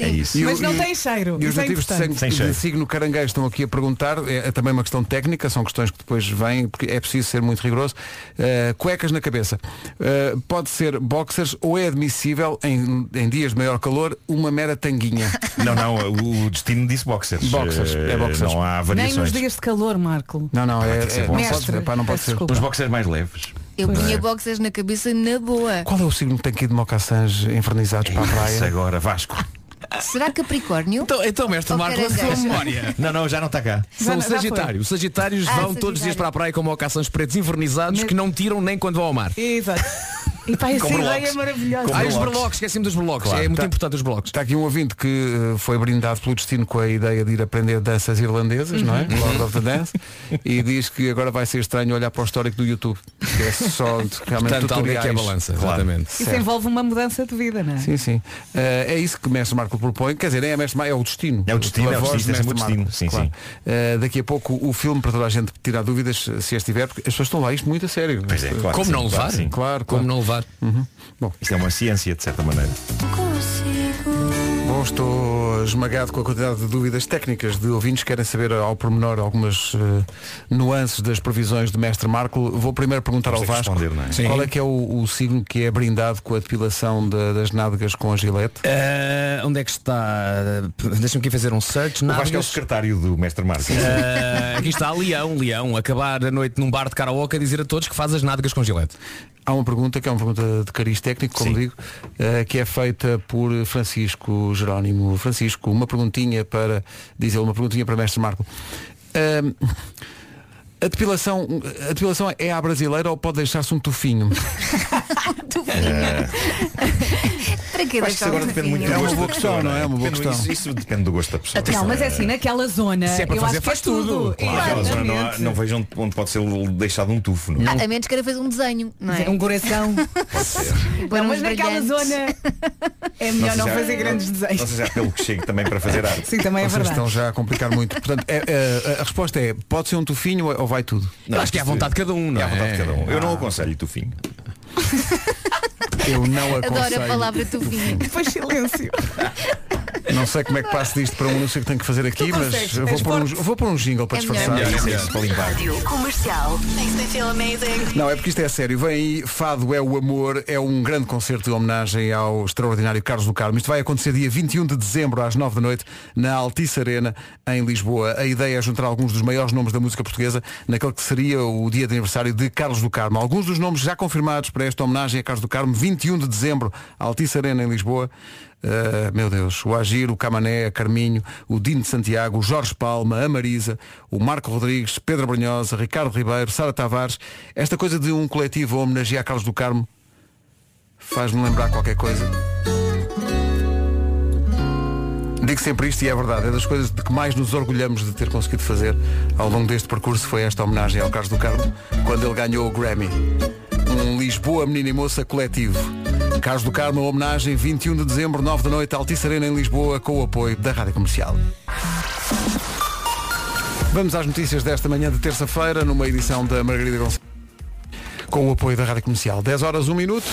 Speaker 1: É isso.
Speaker 2: Mas não tem cheiro.
Speaker 1: E os
Speaker 2: Isso é
Speaker 1: nativos de,
Speaker 2: importante.
Speaker 1: sangue- de signo caranguejo estão aqui a perguntar, é, é também uma questão técnica, são questões que depois vêm, porque é preciso ser muito rigoroso. Uh, cuecas na cabeça. Uh, pode ser boxers ou é admissível, em, em dias de maior calor, uma mera tanguinha.
Speaker 9: Não, não, o destino disse boxers.
Speaker 1: Boxers, é
Speaker 9: Eh,
Speaker 1: boxers.
Speaker 9: Não há
Speaker 2: Nem nos
Speaker 9: variações.
Speaker 2: dias de calor, Marco.
Speaker 1: Não, não, é,
Speaker 9: Tem que ser
Speaker 1: é- não
Speaker 9: boxers.
Speaker 1: pode,
Speaker 9: Mestre,
Speaker 1: epá, não pode
Speaker 9: peço
Speaker 1: ser.
Speaker 9: desculpa. Os boxers mais leves.
Speaker 4: Eu
Speaker 1: Pois
Speaker 4: punha
Speaker 1: é.
Speaker 4: boxers na cabeça na boa.
Speaker 1: Qual é o signo que tem aqui de mocassins envernizados
Speaker 2: Ah,
Speaker 1: para a praia?
Speaker 2: é?
Speaker 9: agora, Vasco.
Speaker 4: Será Capricórnio?
Speaker 10: Então, então mestre
Speaker 4: Ou
Speaker 10: Marco, a sua
Speaker 4: caranguejo?
Speaker 10: memória.
Speaker 9: Não, não, já não está cá.
Speaker 10: São
Speaker 4: Já-
Speaker 10: os
Speaker 4: já foi.
Speaker 10: Sagitários. Os Sagitários
Speaker 4: Ah,
Speaker 10: vão todos os dias
Speaker 4: Sagitário.
Speaker 10: para a praia com mocações pretos invernizados que não tiram nem quando vão ao mar.
Speaker 2: Exato. E pá, essa
Speaker 10: Com
Speaker 2: ideia
Speaker 10: berloques.
Speaker 2: é maravilhosa.
Speaker 10: Com Ah, os berloques. berloques, esquecemos dos berloques. É
Speaker 9: Tá.
Speaker 10: muito importante os blocos.
Speaker 1: Está aqui um ouvinte que eh, foi brindado pelo destino com a ideia de ir aprender danças irlandesas, não é?
Speaker 10: Uhum.
Speaker 1: Lord of the Dance. e diz que agora vai ser estranho olhar para o histórico do YouTube. Que é só de- realmente
Speaker 10: Portanto, alguém
Speaker 1: tutoriais.
Speaker 10: que é balança, exatamente.
Speaker 2: Isso envolve uma mudança de vida, não é?
Speaker 1: Sim, sim. Eh, é isso que o mestre Marco propõe. Quer dizer, nem é mestre Marco, é o destino.
Speaker 9: É o destino,
Speaker 1: Pela
Speaker 9: é o
Speaker 1: voz
Speaker 9: destino,
Speaker 1: de
Speaker 9: tem
Speaker 1: Mestre
Speaker 9: sempre o
Speaker 1: Marco,
Speaker 9: destino, sim, sim.
Speaker 1: Eh, daqui a pouco o filme para toda a gente tirar dúvidas, se as tiver, porque as pessoas estão lá isto muito a sério.
Speaker 9: Pois é, claro que sim, claro que sim.
Speaker 1: Claro,
Speaker 9: Como
Speaker 1: não
Speaker 10: levar?
Speaker 1: Bom.
Speaker 9: Isto é uma ciência, de certa maneira.
Speaker 1: Bom, estou esmagado com a quantidade de dúvidas técnicas de ouvintes que querem saber ao pormenor algumas eh, nuances das previsões do mestre Marco. Vou primeiro perguntar
Speaker 9: Vamos
Speaker 1: ao
Speaker 9: ter que
Speaker 1: Vasco
Speaker 9: responder, não é? Sim.
Speaker 1: qual é que é o, o signo que é brindado com a depilação da- das nádegas com a gilete.
Speaker 10: Ah, onde é que está? Deixa-me aqui fazer um search.
Speaker 9: O Vasco é o
Speaker 10: Nádegas.
Speaker 9: secretário do mestre Marcos.
Speaker 10: Ah, aqui está Leão, Leão, acabar a noite num bar de karaoke a dizer a todos que faz as nádegas com gilete.
Speaker 1: Há uma pergunta que é uma pergunta de cariz técnico, como digo, eh, que é feita por Francisco Jerónimo. Francisco, uma perguntinha para, diz ele, uma perguntinha para Mestre Marco. Ahm, a depilação, a depilação é à brasileira ou pode deixar-se um tufinho?
Speaker 4: Para que
Speaker 9: Acho que isso
Speaker 4: deixar
Speaker 9: agora
Speaker 4: um
Speaker 9: depende muito do
Speaker 4: fofinho?
Speaker 1: É uma
Speaker 9: gosto
Speaker 1: boa
Speaker 9: da
Speaker 1: questão,
Speaker 9: pessoa,
Speaker 1: não é? É uma boa
Speaker 9: Depende-
Speaker 1: questão.
Speaker 9: Isso, isso depende do gosto da pessoa.
Speaker 2: Não, mas é assim, naquela zona.
Speaker 9: Se é para
Speaker 2: eu
Speaker 9: fazer,
Speaker 2: acho que é
Speaker 9: faz
Speaker 2: tudo.
Speaker 9: Claro, aquela zona não, há-
Speaker 2: Exatamente.
Speaker 9: não vejo onde, onde pode ser deixado um tufo, não é?
Speaker 4: Ah, a menos queira fazer um desenho, não é?
Speaker 2: Um coração.
Speaker 4: Pôr
Speaker 2: Não,
Speaker 4: uns
Speaker 2: mas naquela
Speaker 4: brilhantes.
Speaker 2: zona é melhor não,
Speaker 9: sei se há-
Speaker 2: fazer grandes desenhos.
Speaker 9: Não sei se há pelo que chego também para fazer arte.
Speaker 2: Sim, também é
Speaker 1: Vocês
Speaker 2: verdade.
Speaker 1: estão já a complicar muito. Portanto, é, é, a resposta é, pode ser um tufinho ou vai tudo?
Speaker 9: Não,
Speaker 10: Acho que é à vontade de cada um, não
Speaker 9: É à vontade de
Speaker 10: é?
Speaker 9: cada um. Eu não aconselho tufinho.
Speaker 1: Eu não
Speaker 4: Adoro a palavra tufinho.
Speaker 2: Depois silêncio.
Speaker 1: Não sei como é que passo disto para um anúncio que tenho que fazer aqui,
Speaker 14: Tu
Speaker 1: mas
Speaker 14: consegues,
Speaker 1: eu vou
Speaker 14: tens
Speaker 1: pôr, um,
Speaker 14: forte.
Speaker 1: vou pôr um jingle para
Speaker 14: É
Speaker 1: disfarçar.
Speaker 14: melhor.
Speaker 1: Sim, sim, para limpar.
Speaker 14: Rádio comercial. Makes me feel amazing.
Speaker 1: Não, é porque isto é sério. Vem aí, Fado é o Amor, é um grande concerto de homenagem ao extraordinário Carlos do Carmo. Isto vai acontecer dia 21 de dezembro, às 9 da noite, na Altice Arena, em Lisboa. A ideia é juntar alguns dos maiores nomes da música portuguesa naquele que seria o dia de aniversário de Carlos do Carmo. Alguns dos nomes já confirmados para esta homenagem a Carlos do Carmo, 21 de dezembro, Altice Arena, em Lisboa. Uh, meu Deus, o Agir, o Camané, a Carminho, o Dino de Santiago, o Jorge Palma, a Marisa, o Marco Rodrigues, Pedro Brunhosa, Ricardo Ribeiro, Sara Tavares. Esta coisa de um coletivo a homenagear Carlos do Carmo faz-me lembrar qualquer coisa. Digo sempre isto e é verdade, é das coisas de que mais nos orgulhamos de ter conseguido fazer ao longo deste percurso foi esta homenagem ao Carlos do Carmo, quando ele ganhou o Grammy. Um Lisboa Menina e Moça Coletivo. Carlos do Carmo, homenagem 21 de dezembro, 9 da noite, Altice Arena em Lisboa, com o apoio da Rádio Comercial. Vamos às notícias desta manhã de terça-feira, numa edição da Margarida Gonçalves, com o apoio da Rádio Comercial. 10 horas, 1 minuto.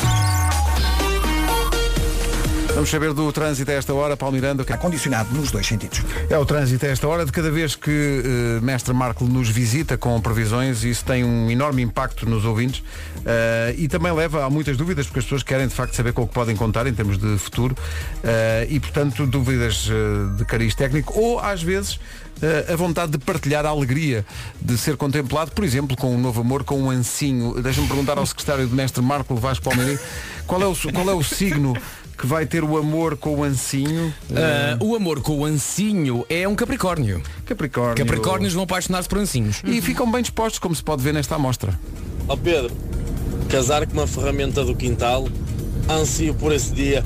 Speaker 1: Vamos saber do trânsito a esta hora, Paulo Miranda.
Speaker 3: É,
Speaker 1: é Há
Speaker 15: condicionado nos dois sentidos.
Speaker 1: É o trânsito a esta hora. De cada vez que eh, Mestre Marco nos visita com previsões, isso tem um enorme impacto nos ouvintes eh, e também leva a muitas dúvidas, porque as pessoas querem de facto saber com o que podem contar em termos de futuro eh, e, portanto, dúvidas eh, de cariz técnico ou, às vezes, eh, a vontade de partilhar a alegria de ser contemplado, por exemplo, com um novo amor, com um ancinho. Deixa-me perguntar ao secretário de Mestre Marco Vasco Palmeirinho qual é o, su- qual é o signo que vai ter o amor com o ancinho.
Speaker 9: um.
Speaker 10: Ah, o amor com o ancinho é um capricórnio.
Speaker 1: Capricórnio.
Speaker 10: Capricórnios vão apaixonar-se por ancinhos.
Speaker 1: E ficam bem dispostos, como se pode ver nesta amostra.
Speaker 12: Ó Pedro, casar com uma ferramenta do quintal, ansio por esse dia.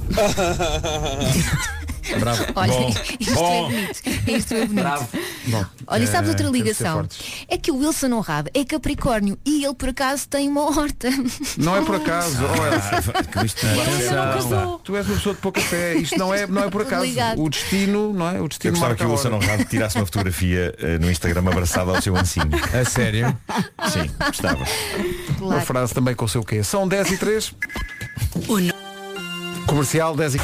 Speaker 1: Bravo.
Speaker 4: Olha, isto é bonito. Isto é bonito. Olha, e
Speaker 2: eh,
Speaker 4: sabes outra ligação? É que o Wilson Honrado é Capricórnio e ele por acaso tem uma horta.
Speaker 1: Não é por acaso. Oh, Elsa.
Speaker 4: é
Speaker 1: tu és uma pessoa de pouca fé. Isto não é, não é por acaso.
Speaker 4: Obrigado.
Speaker 1: O destino, não é? O
Speaker 9: Eu
Speaker 1: destino
Speaker 9: gostava
Speaker 1: marca
Speaker 9: que o
Speaker 1: a
Speaker 9: Wilson
Speaker 1: hora.
Speaker 9: Honrado tirasse uma fotografia eh, no Instagram abraçada ao seu ancinho.
Speaker 10: A sério?
Speaker 9: Sim, gostava.
Speaker 1: Uma frase também com o seu quê? São 10 e 3. Comercial 10 e...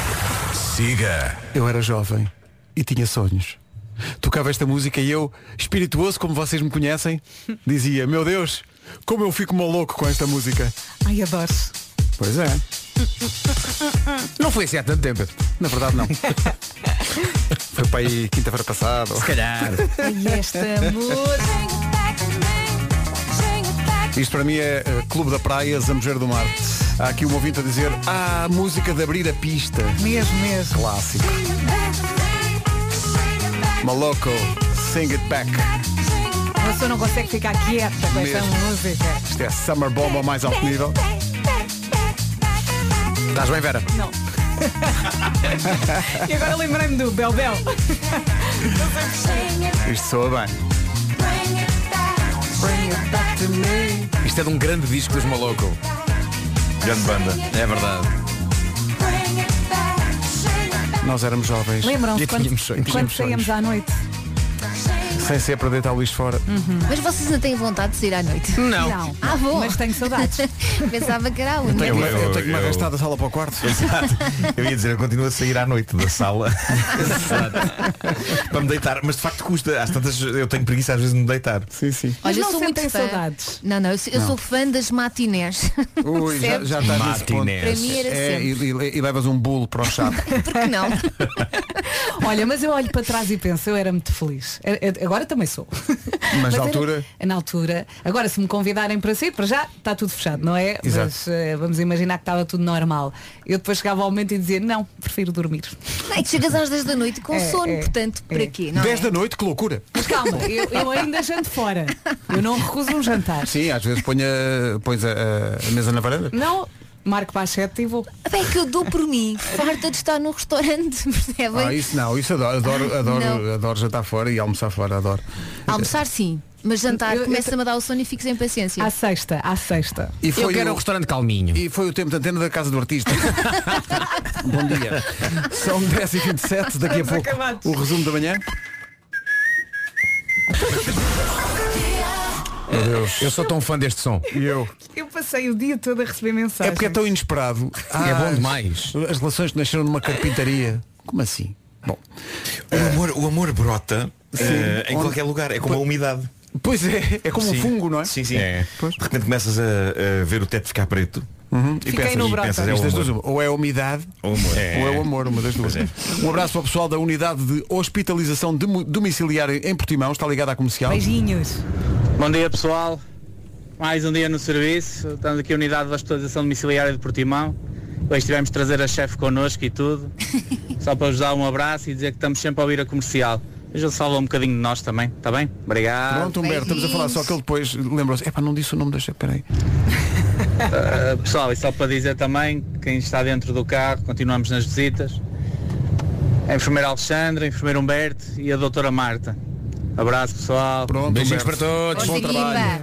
Speaker 1: Siga. Eu era jovem e tinha sonhos. Tocava esta música e eu, espirituoso como vocês me conhecem, dizia, meu Deus, como eu fico maluco com esta música.
Speaker 2: Ai, adoro.
Speaker 1: Pois é.
Speaker 10: Não foi assim há tanto tempo.
Speaker 1: Na verdade não. Foi para aí quinta-feira passada. Se
Speaker 10: calhar.
Speaker 2: E esta música.
Speaker 1: Isto para mim é eh, Clube da Praia, Zambujeiro do Mar. Há aqui um ouvinte a dizer, ah, a música de abrir a pista.
Speaker 2: Mesmo, mesmo.
Speaker 1: Clássico. Maloco, sing it back.
Speaker 2: A pessoa não consegue ficar quieta com esta
Speaker 1: Mesmo.
Speaker 2: música.
Speaker 1: Isto é Summer Bomb ao mais alto nível. Estás bem, Vera?
Speaker 2: Não. e agora lembrei-me do Bel Bel.
Speaker 1: Isto soa bem.
Speaker 10: Isto é de um grande disco dos Maloco.
Speaker 9: Grande banda.
Speaker 10: É verdade.
Speaker 1: Nós éramos jovens.
Speaker 2: Lembram-se
Speaker 1: E
Speaker 2: quando,
Speaker 1: tínhamos sonhos.
Speaker 2: quando
Speaker 1: Tínhamos sonhos.
Speaker 2: saímos à noite?
Speaker 1: Sem ser para deitar o lixo fora.
Speaker 4: Mas vocês não têm vontade de sair à noite?
Speaker 1: Não.
Speaker 4: Ah, vou. Mas tenho saudades. Pensava que era a
Speaker 1: Eu
Speaker 4: única.
Speaker 1: tenho,
Speaker 9: Eu-
Speaker 1: eu tenho que me
Speaker 9: eu-
Speaker 1: arrastar da sala para o quarto.
Speaker 9: Exato. Eu ia dizer, eu continuo a sair à noite da sala para me deitar, mas de facto custa. Às tantas eu tenho preguiça às vezes de me deitar.
Speaker 1: Sim, sim.
Speaker 4: Olha,
Speaker 2: Mas não
Speaker 4: eu sou muito
Speaker 2: sentem
Speaker 4: fã.
Speaker 2: saudades?
Speaker 4: Não, não, eu sou, eu
Speaker 1: Não.
Speaker 4: sou fã das matinés.
Speaker 1: Ui, já, já estás nesse ponto.
Speaker 4: Para mim era
Speaker 1: É,
Speaker 4: sempre.
Speaker 1: e, e- e levas um bolo para o chá.
Speaker 4: Porque não?
Speaker 2: Olha, mas eu olho para trás e penso, eu era muito feliz. Eu- eu- Agora também sou.
Speaker 1: Mas, na
Speaker 2: era-
Speaker 1: altura.
Speaker 2: Na altura. Agora, se me convidarem para sair, para já está tudo fechado, não é?
Speaker 1: Exato.
Speaker 2: Mas eh, vamos imaginar que estava tudo normal. Eu depois chegava ao momento e dizia, não, prefiro dormir.
Speaker 4: Ai, que chegas às 10 da noite com
Speaker 2: É,
Speaker 4: sono,
Speaker 2: é,
Speaker 4: portanto, para quê? Não
Speaker 1: 10
Speaker 4: é?
Speaker 1: da noite, que loucura.
Speaker 2: Mas calma, eu, eu ainda janto fora. Eu não recuso um jantar.
Speaker 1: Sim, às vezes ponha, pões a, a mesa na varanda.
Speaker 2: Não, marco para as 7 e vou.
Speaker 4: Bem é que eu dou por mim, farta de estar no restaurante, percebem?
Speaker 1: Ah, isso não, isso adoro, adoro, adoro,
Speaker 4: Não.
Speaker 1: adoro jantar fora e almoçar fora, adoro.
Speaker 4: Almoçar sim, mas jantar
Speaker 2: Eu- Ah, eu
Speaker 4: começa-me a dar o sono e fico sem paciência.
Speaker 2: À sexta, à sexta.
Speaker 1: E foi o-
Speaker 10: um
Speaker 4: um
Speaker 10: restaurante calminho.
Speaker 1: E foi o tempo de antena da Casa do Artista. Bom dia. São 10h27, daqui a
Speaker 2: Estamos
Speaker 1: pouco
Speaker 2: acabados.
Speaker 1: o resumo da manhã. Meu Deus.
Speaker 10: Eu sou tão fã deste som.
Speaker 1: E eu.
Speaker 2: Eu passei o dia todo a receber mensagens.
Speaker 1: É porque é tão inesperado.
Speaker 10: É bom demais.
Speaker 1: As, as relações que nasceram numa carpintaria. Como assim? Bom.
Speaker 9: O amor, o amor brota eh, em qualquer lugar. É como a umidade.
Speaker 1: Pois é, é como um
Speaker 9: Sim.
Speaker 1: fungo, não é?
Speaker 9: Sim, sim. De repente começas a, a ver o teto ficar preto.
Speaker 1: Uhum.
Speaker 9: E pensas, e pensas, é o
Speaker 1: Isto das duas,
Speaker 9: amor.
Speaker 1: uma. ou é a umidade
Speaker 9: Ou amor.
Speaker 1: ou é o amor, uma das duas.
Speaker 9: Pois é.
Speaker 1: Um abraço para o pessoal da unidade de hospitalização demo- domiciliária em Portimão, está ligada à comercial.
Speaker 2: Beijinhos.
Speaker 15: Bom dia pessoal, mais um dia no serviço, estamos aqui a unidade de hospitalização domiciliária de Portimão. Hoje tivemos de trazer a chefe connosco e tudo, só para vos dar um abraço e dizer que estamos sempre a ouvir a comercial. Vejam se falam um bocadinho de nós também, está bem? Obrigado.
Speaker 1: Pronto, Humberto, estamos a falar só que ele depois lembrou-se, epá, não disse o nome da chefe, peraí.
Speaker 15: Uh, pessoal, e só para dizer também, quem está dentro do carro, continuamos nas visitas. A enfermeira Alexandra, a enfermeira Humberto e a doutora Marta. Abraço pessoal.
Speaker 1: Pronto,
Speaker 6: Beijinhos
Speaker 1: Humberto.
Speaker 6: para todos.
Speaker 1: Bom trabalho.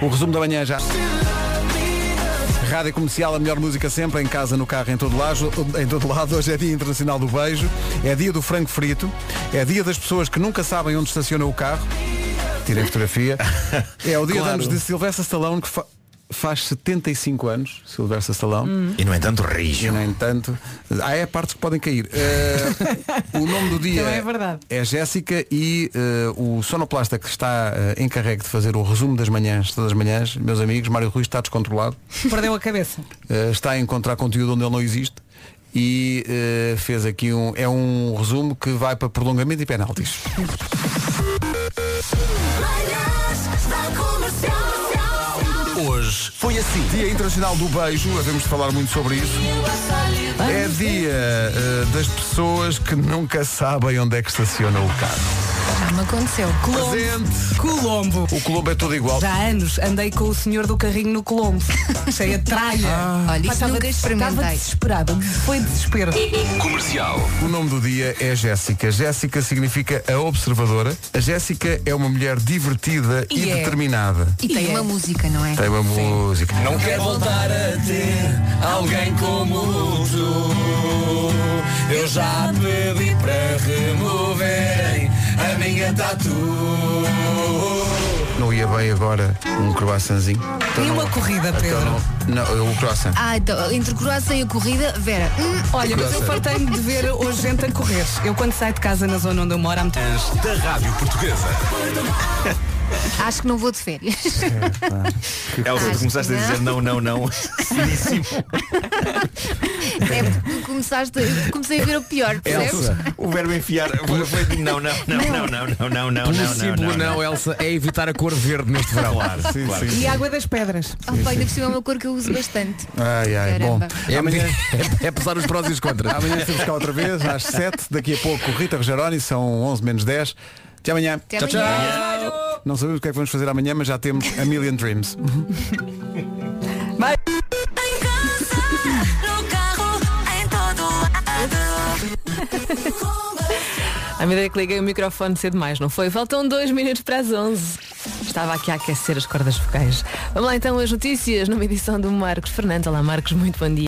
Speaker 1: O Um resumo da manhã já. Rádio Comercial, a melhor música sempre, em casa, no carro, em todo, lado, em todo lado. Hoje é Dia Internacional do Beijo, é dia do frango frito, é dia das pessoas que nunca sabem onde estaciona o carro. Tirem fotografia. É o dia
Speaker 9: Claro.
Speaker 1: de anos de Silvestre Stallone, que fa- faz 75 anos, Silvestre Stallone.
Speaker 9: E no entanto rijo.
Speaker 1: E no entanto, há é partes que podem cair. Eh, o nome do dia
Speaker 2: Também é verdade.
Speaker 1: é Jéssica e eh, o sonoplasta que está eh, encarregue de fazer o resumo das manhãs, todas as manhãs, meus amigos, Mário Rui está descontrolado.
Speaker 2: Perdeu a cabeça.
Speaker 1: Uh, está a encontrar conteúdo onde ele não existe e uh, fez aqui um é um resumo que vai para prolongamento e penaltis. Hoje foi assim. Dia Internacional do Beijo, havemos de falar muito sobre isso. É dia uh, das pessoas que nunca sabem onde é que estaciona o carro.
Speaker 2: Já me aconteceu. Colombo. Colombo.
Speaker 1: O Colombo é todo igual.
Speaker 2: Já há anos andei com o senhor do carrinho no Colombo, cheia de tralha.
Speaker 16: Ah.
Speaker 4: Olha, isso
Speaker 2: Pá, estava-
Speaker 4: nunca experimentei.
Speaker 2: Ah. Estava desesperada, foi desespero.
Speaker 16: Então
Speaker 1: Comercial. O nome do dia é Jéssica. Jéssica significa a observadora. A Jéssica é uma mulher divertida e,
Speaker 4: E é.
Speaker 1: determinada.
Speaker 4: E tem uma música, não é?
Speaker 1: Tem uma música.
Speaker 4: Não
Speaker 1: quer
Speaker 4: voltar a ter alguém como
Speaker 17: tu. Eu já pedi para removerem a minha tatu.
Speaker 1: Não ia bem agora um croissantzinho.
Speaker 4: E
Speaker 1: não-
Speaker 4: uma corrida,
Speaker 1: então
Speaker 4: Pedro?
Speaker 1: Não, não, eu- o croissant.
Speaker 4: Ah, então, entre o croissant e a corrida, Vera. hum,
Speaker 2: Olha, mas eu
Speaker 16: Então
Speaker 1: Grossa.
Speaker 2: fartei-me de ver hoje gente a correr. Eu quando saio de casa na zona onde eu moro há muito...
Speaker 16: É.
Speaker 6: Da Rádio Portuguesa.
Speaker 4: acho que não vou de férias.
Speaker 9: Elsa,
Speaker 4: Acho
Speaker 9: tu começaste a
Speaker 4: que
Speaker 9: dizer não, não, não. Seríssimo.
Speaker 4: É porque tu começaste, comecei a ver o pior, percebes?
Speaker 9: Elsa, o verbo enfiar foi não, não, não, não, não, não, não, não,
Speaker 8: Pelo
Speaker 9: não, não,
Speaker 8: símbolo
Speaker 9: não,
Speaker 8: não, Elsa, é evitar a cor verde neste verão.
Speaker 9: Claro, Sim, claro
Speaker 2: E a água das pedras.
Speaker 4: Oh, pai, ainda por cima é uma cor que eu uso bastante.
Speaker 1: Ai, ai, bom.
Speaker 4: Caramba.
Speaker 1: É, amanhã...
Speaker 8: é pesar os prós e os contras.
Speaker 1: Amanhã estamos cá outra vez, às 7. Daqui a pouco, Rita Rogeroni, são 11 menos 10. Até amanhã.
Speaker 4: Até amanhã.
Speaker 1: Não sabemos o que é que vamos fazer amanhã, mas já temos a Million Dreams.
Speaker 17: No carro, em todo
Speaker 16: À medida que liguei o microfone cedo mais, não foi? Faltam dois minutos para as 11. Estava aqui a aquecer as cordas vocais. Vamos lá então as notícias numa edição do Marcos Fernandes. Olá Marcos, muito bom dia.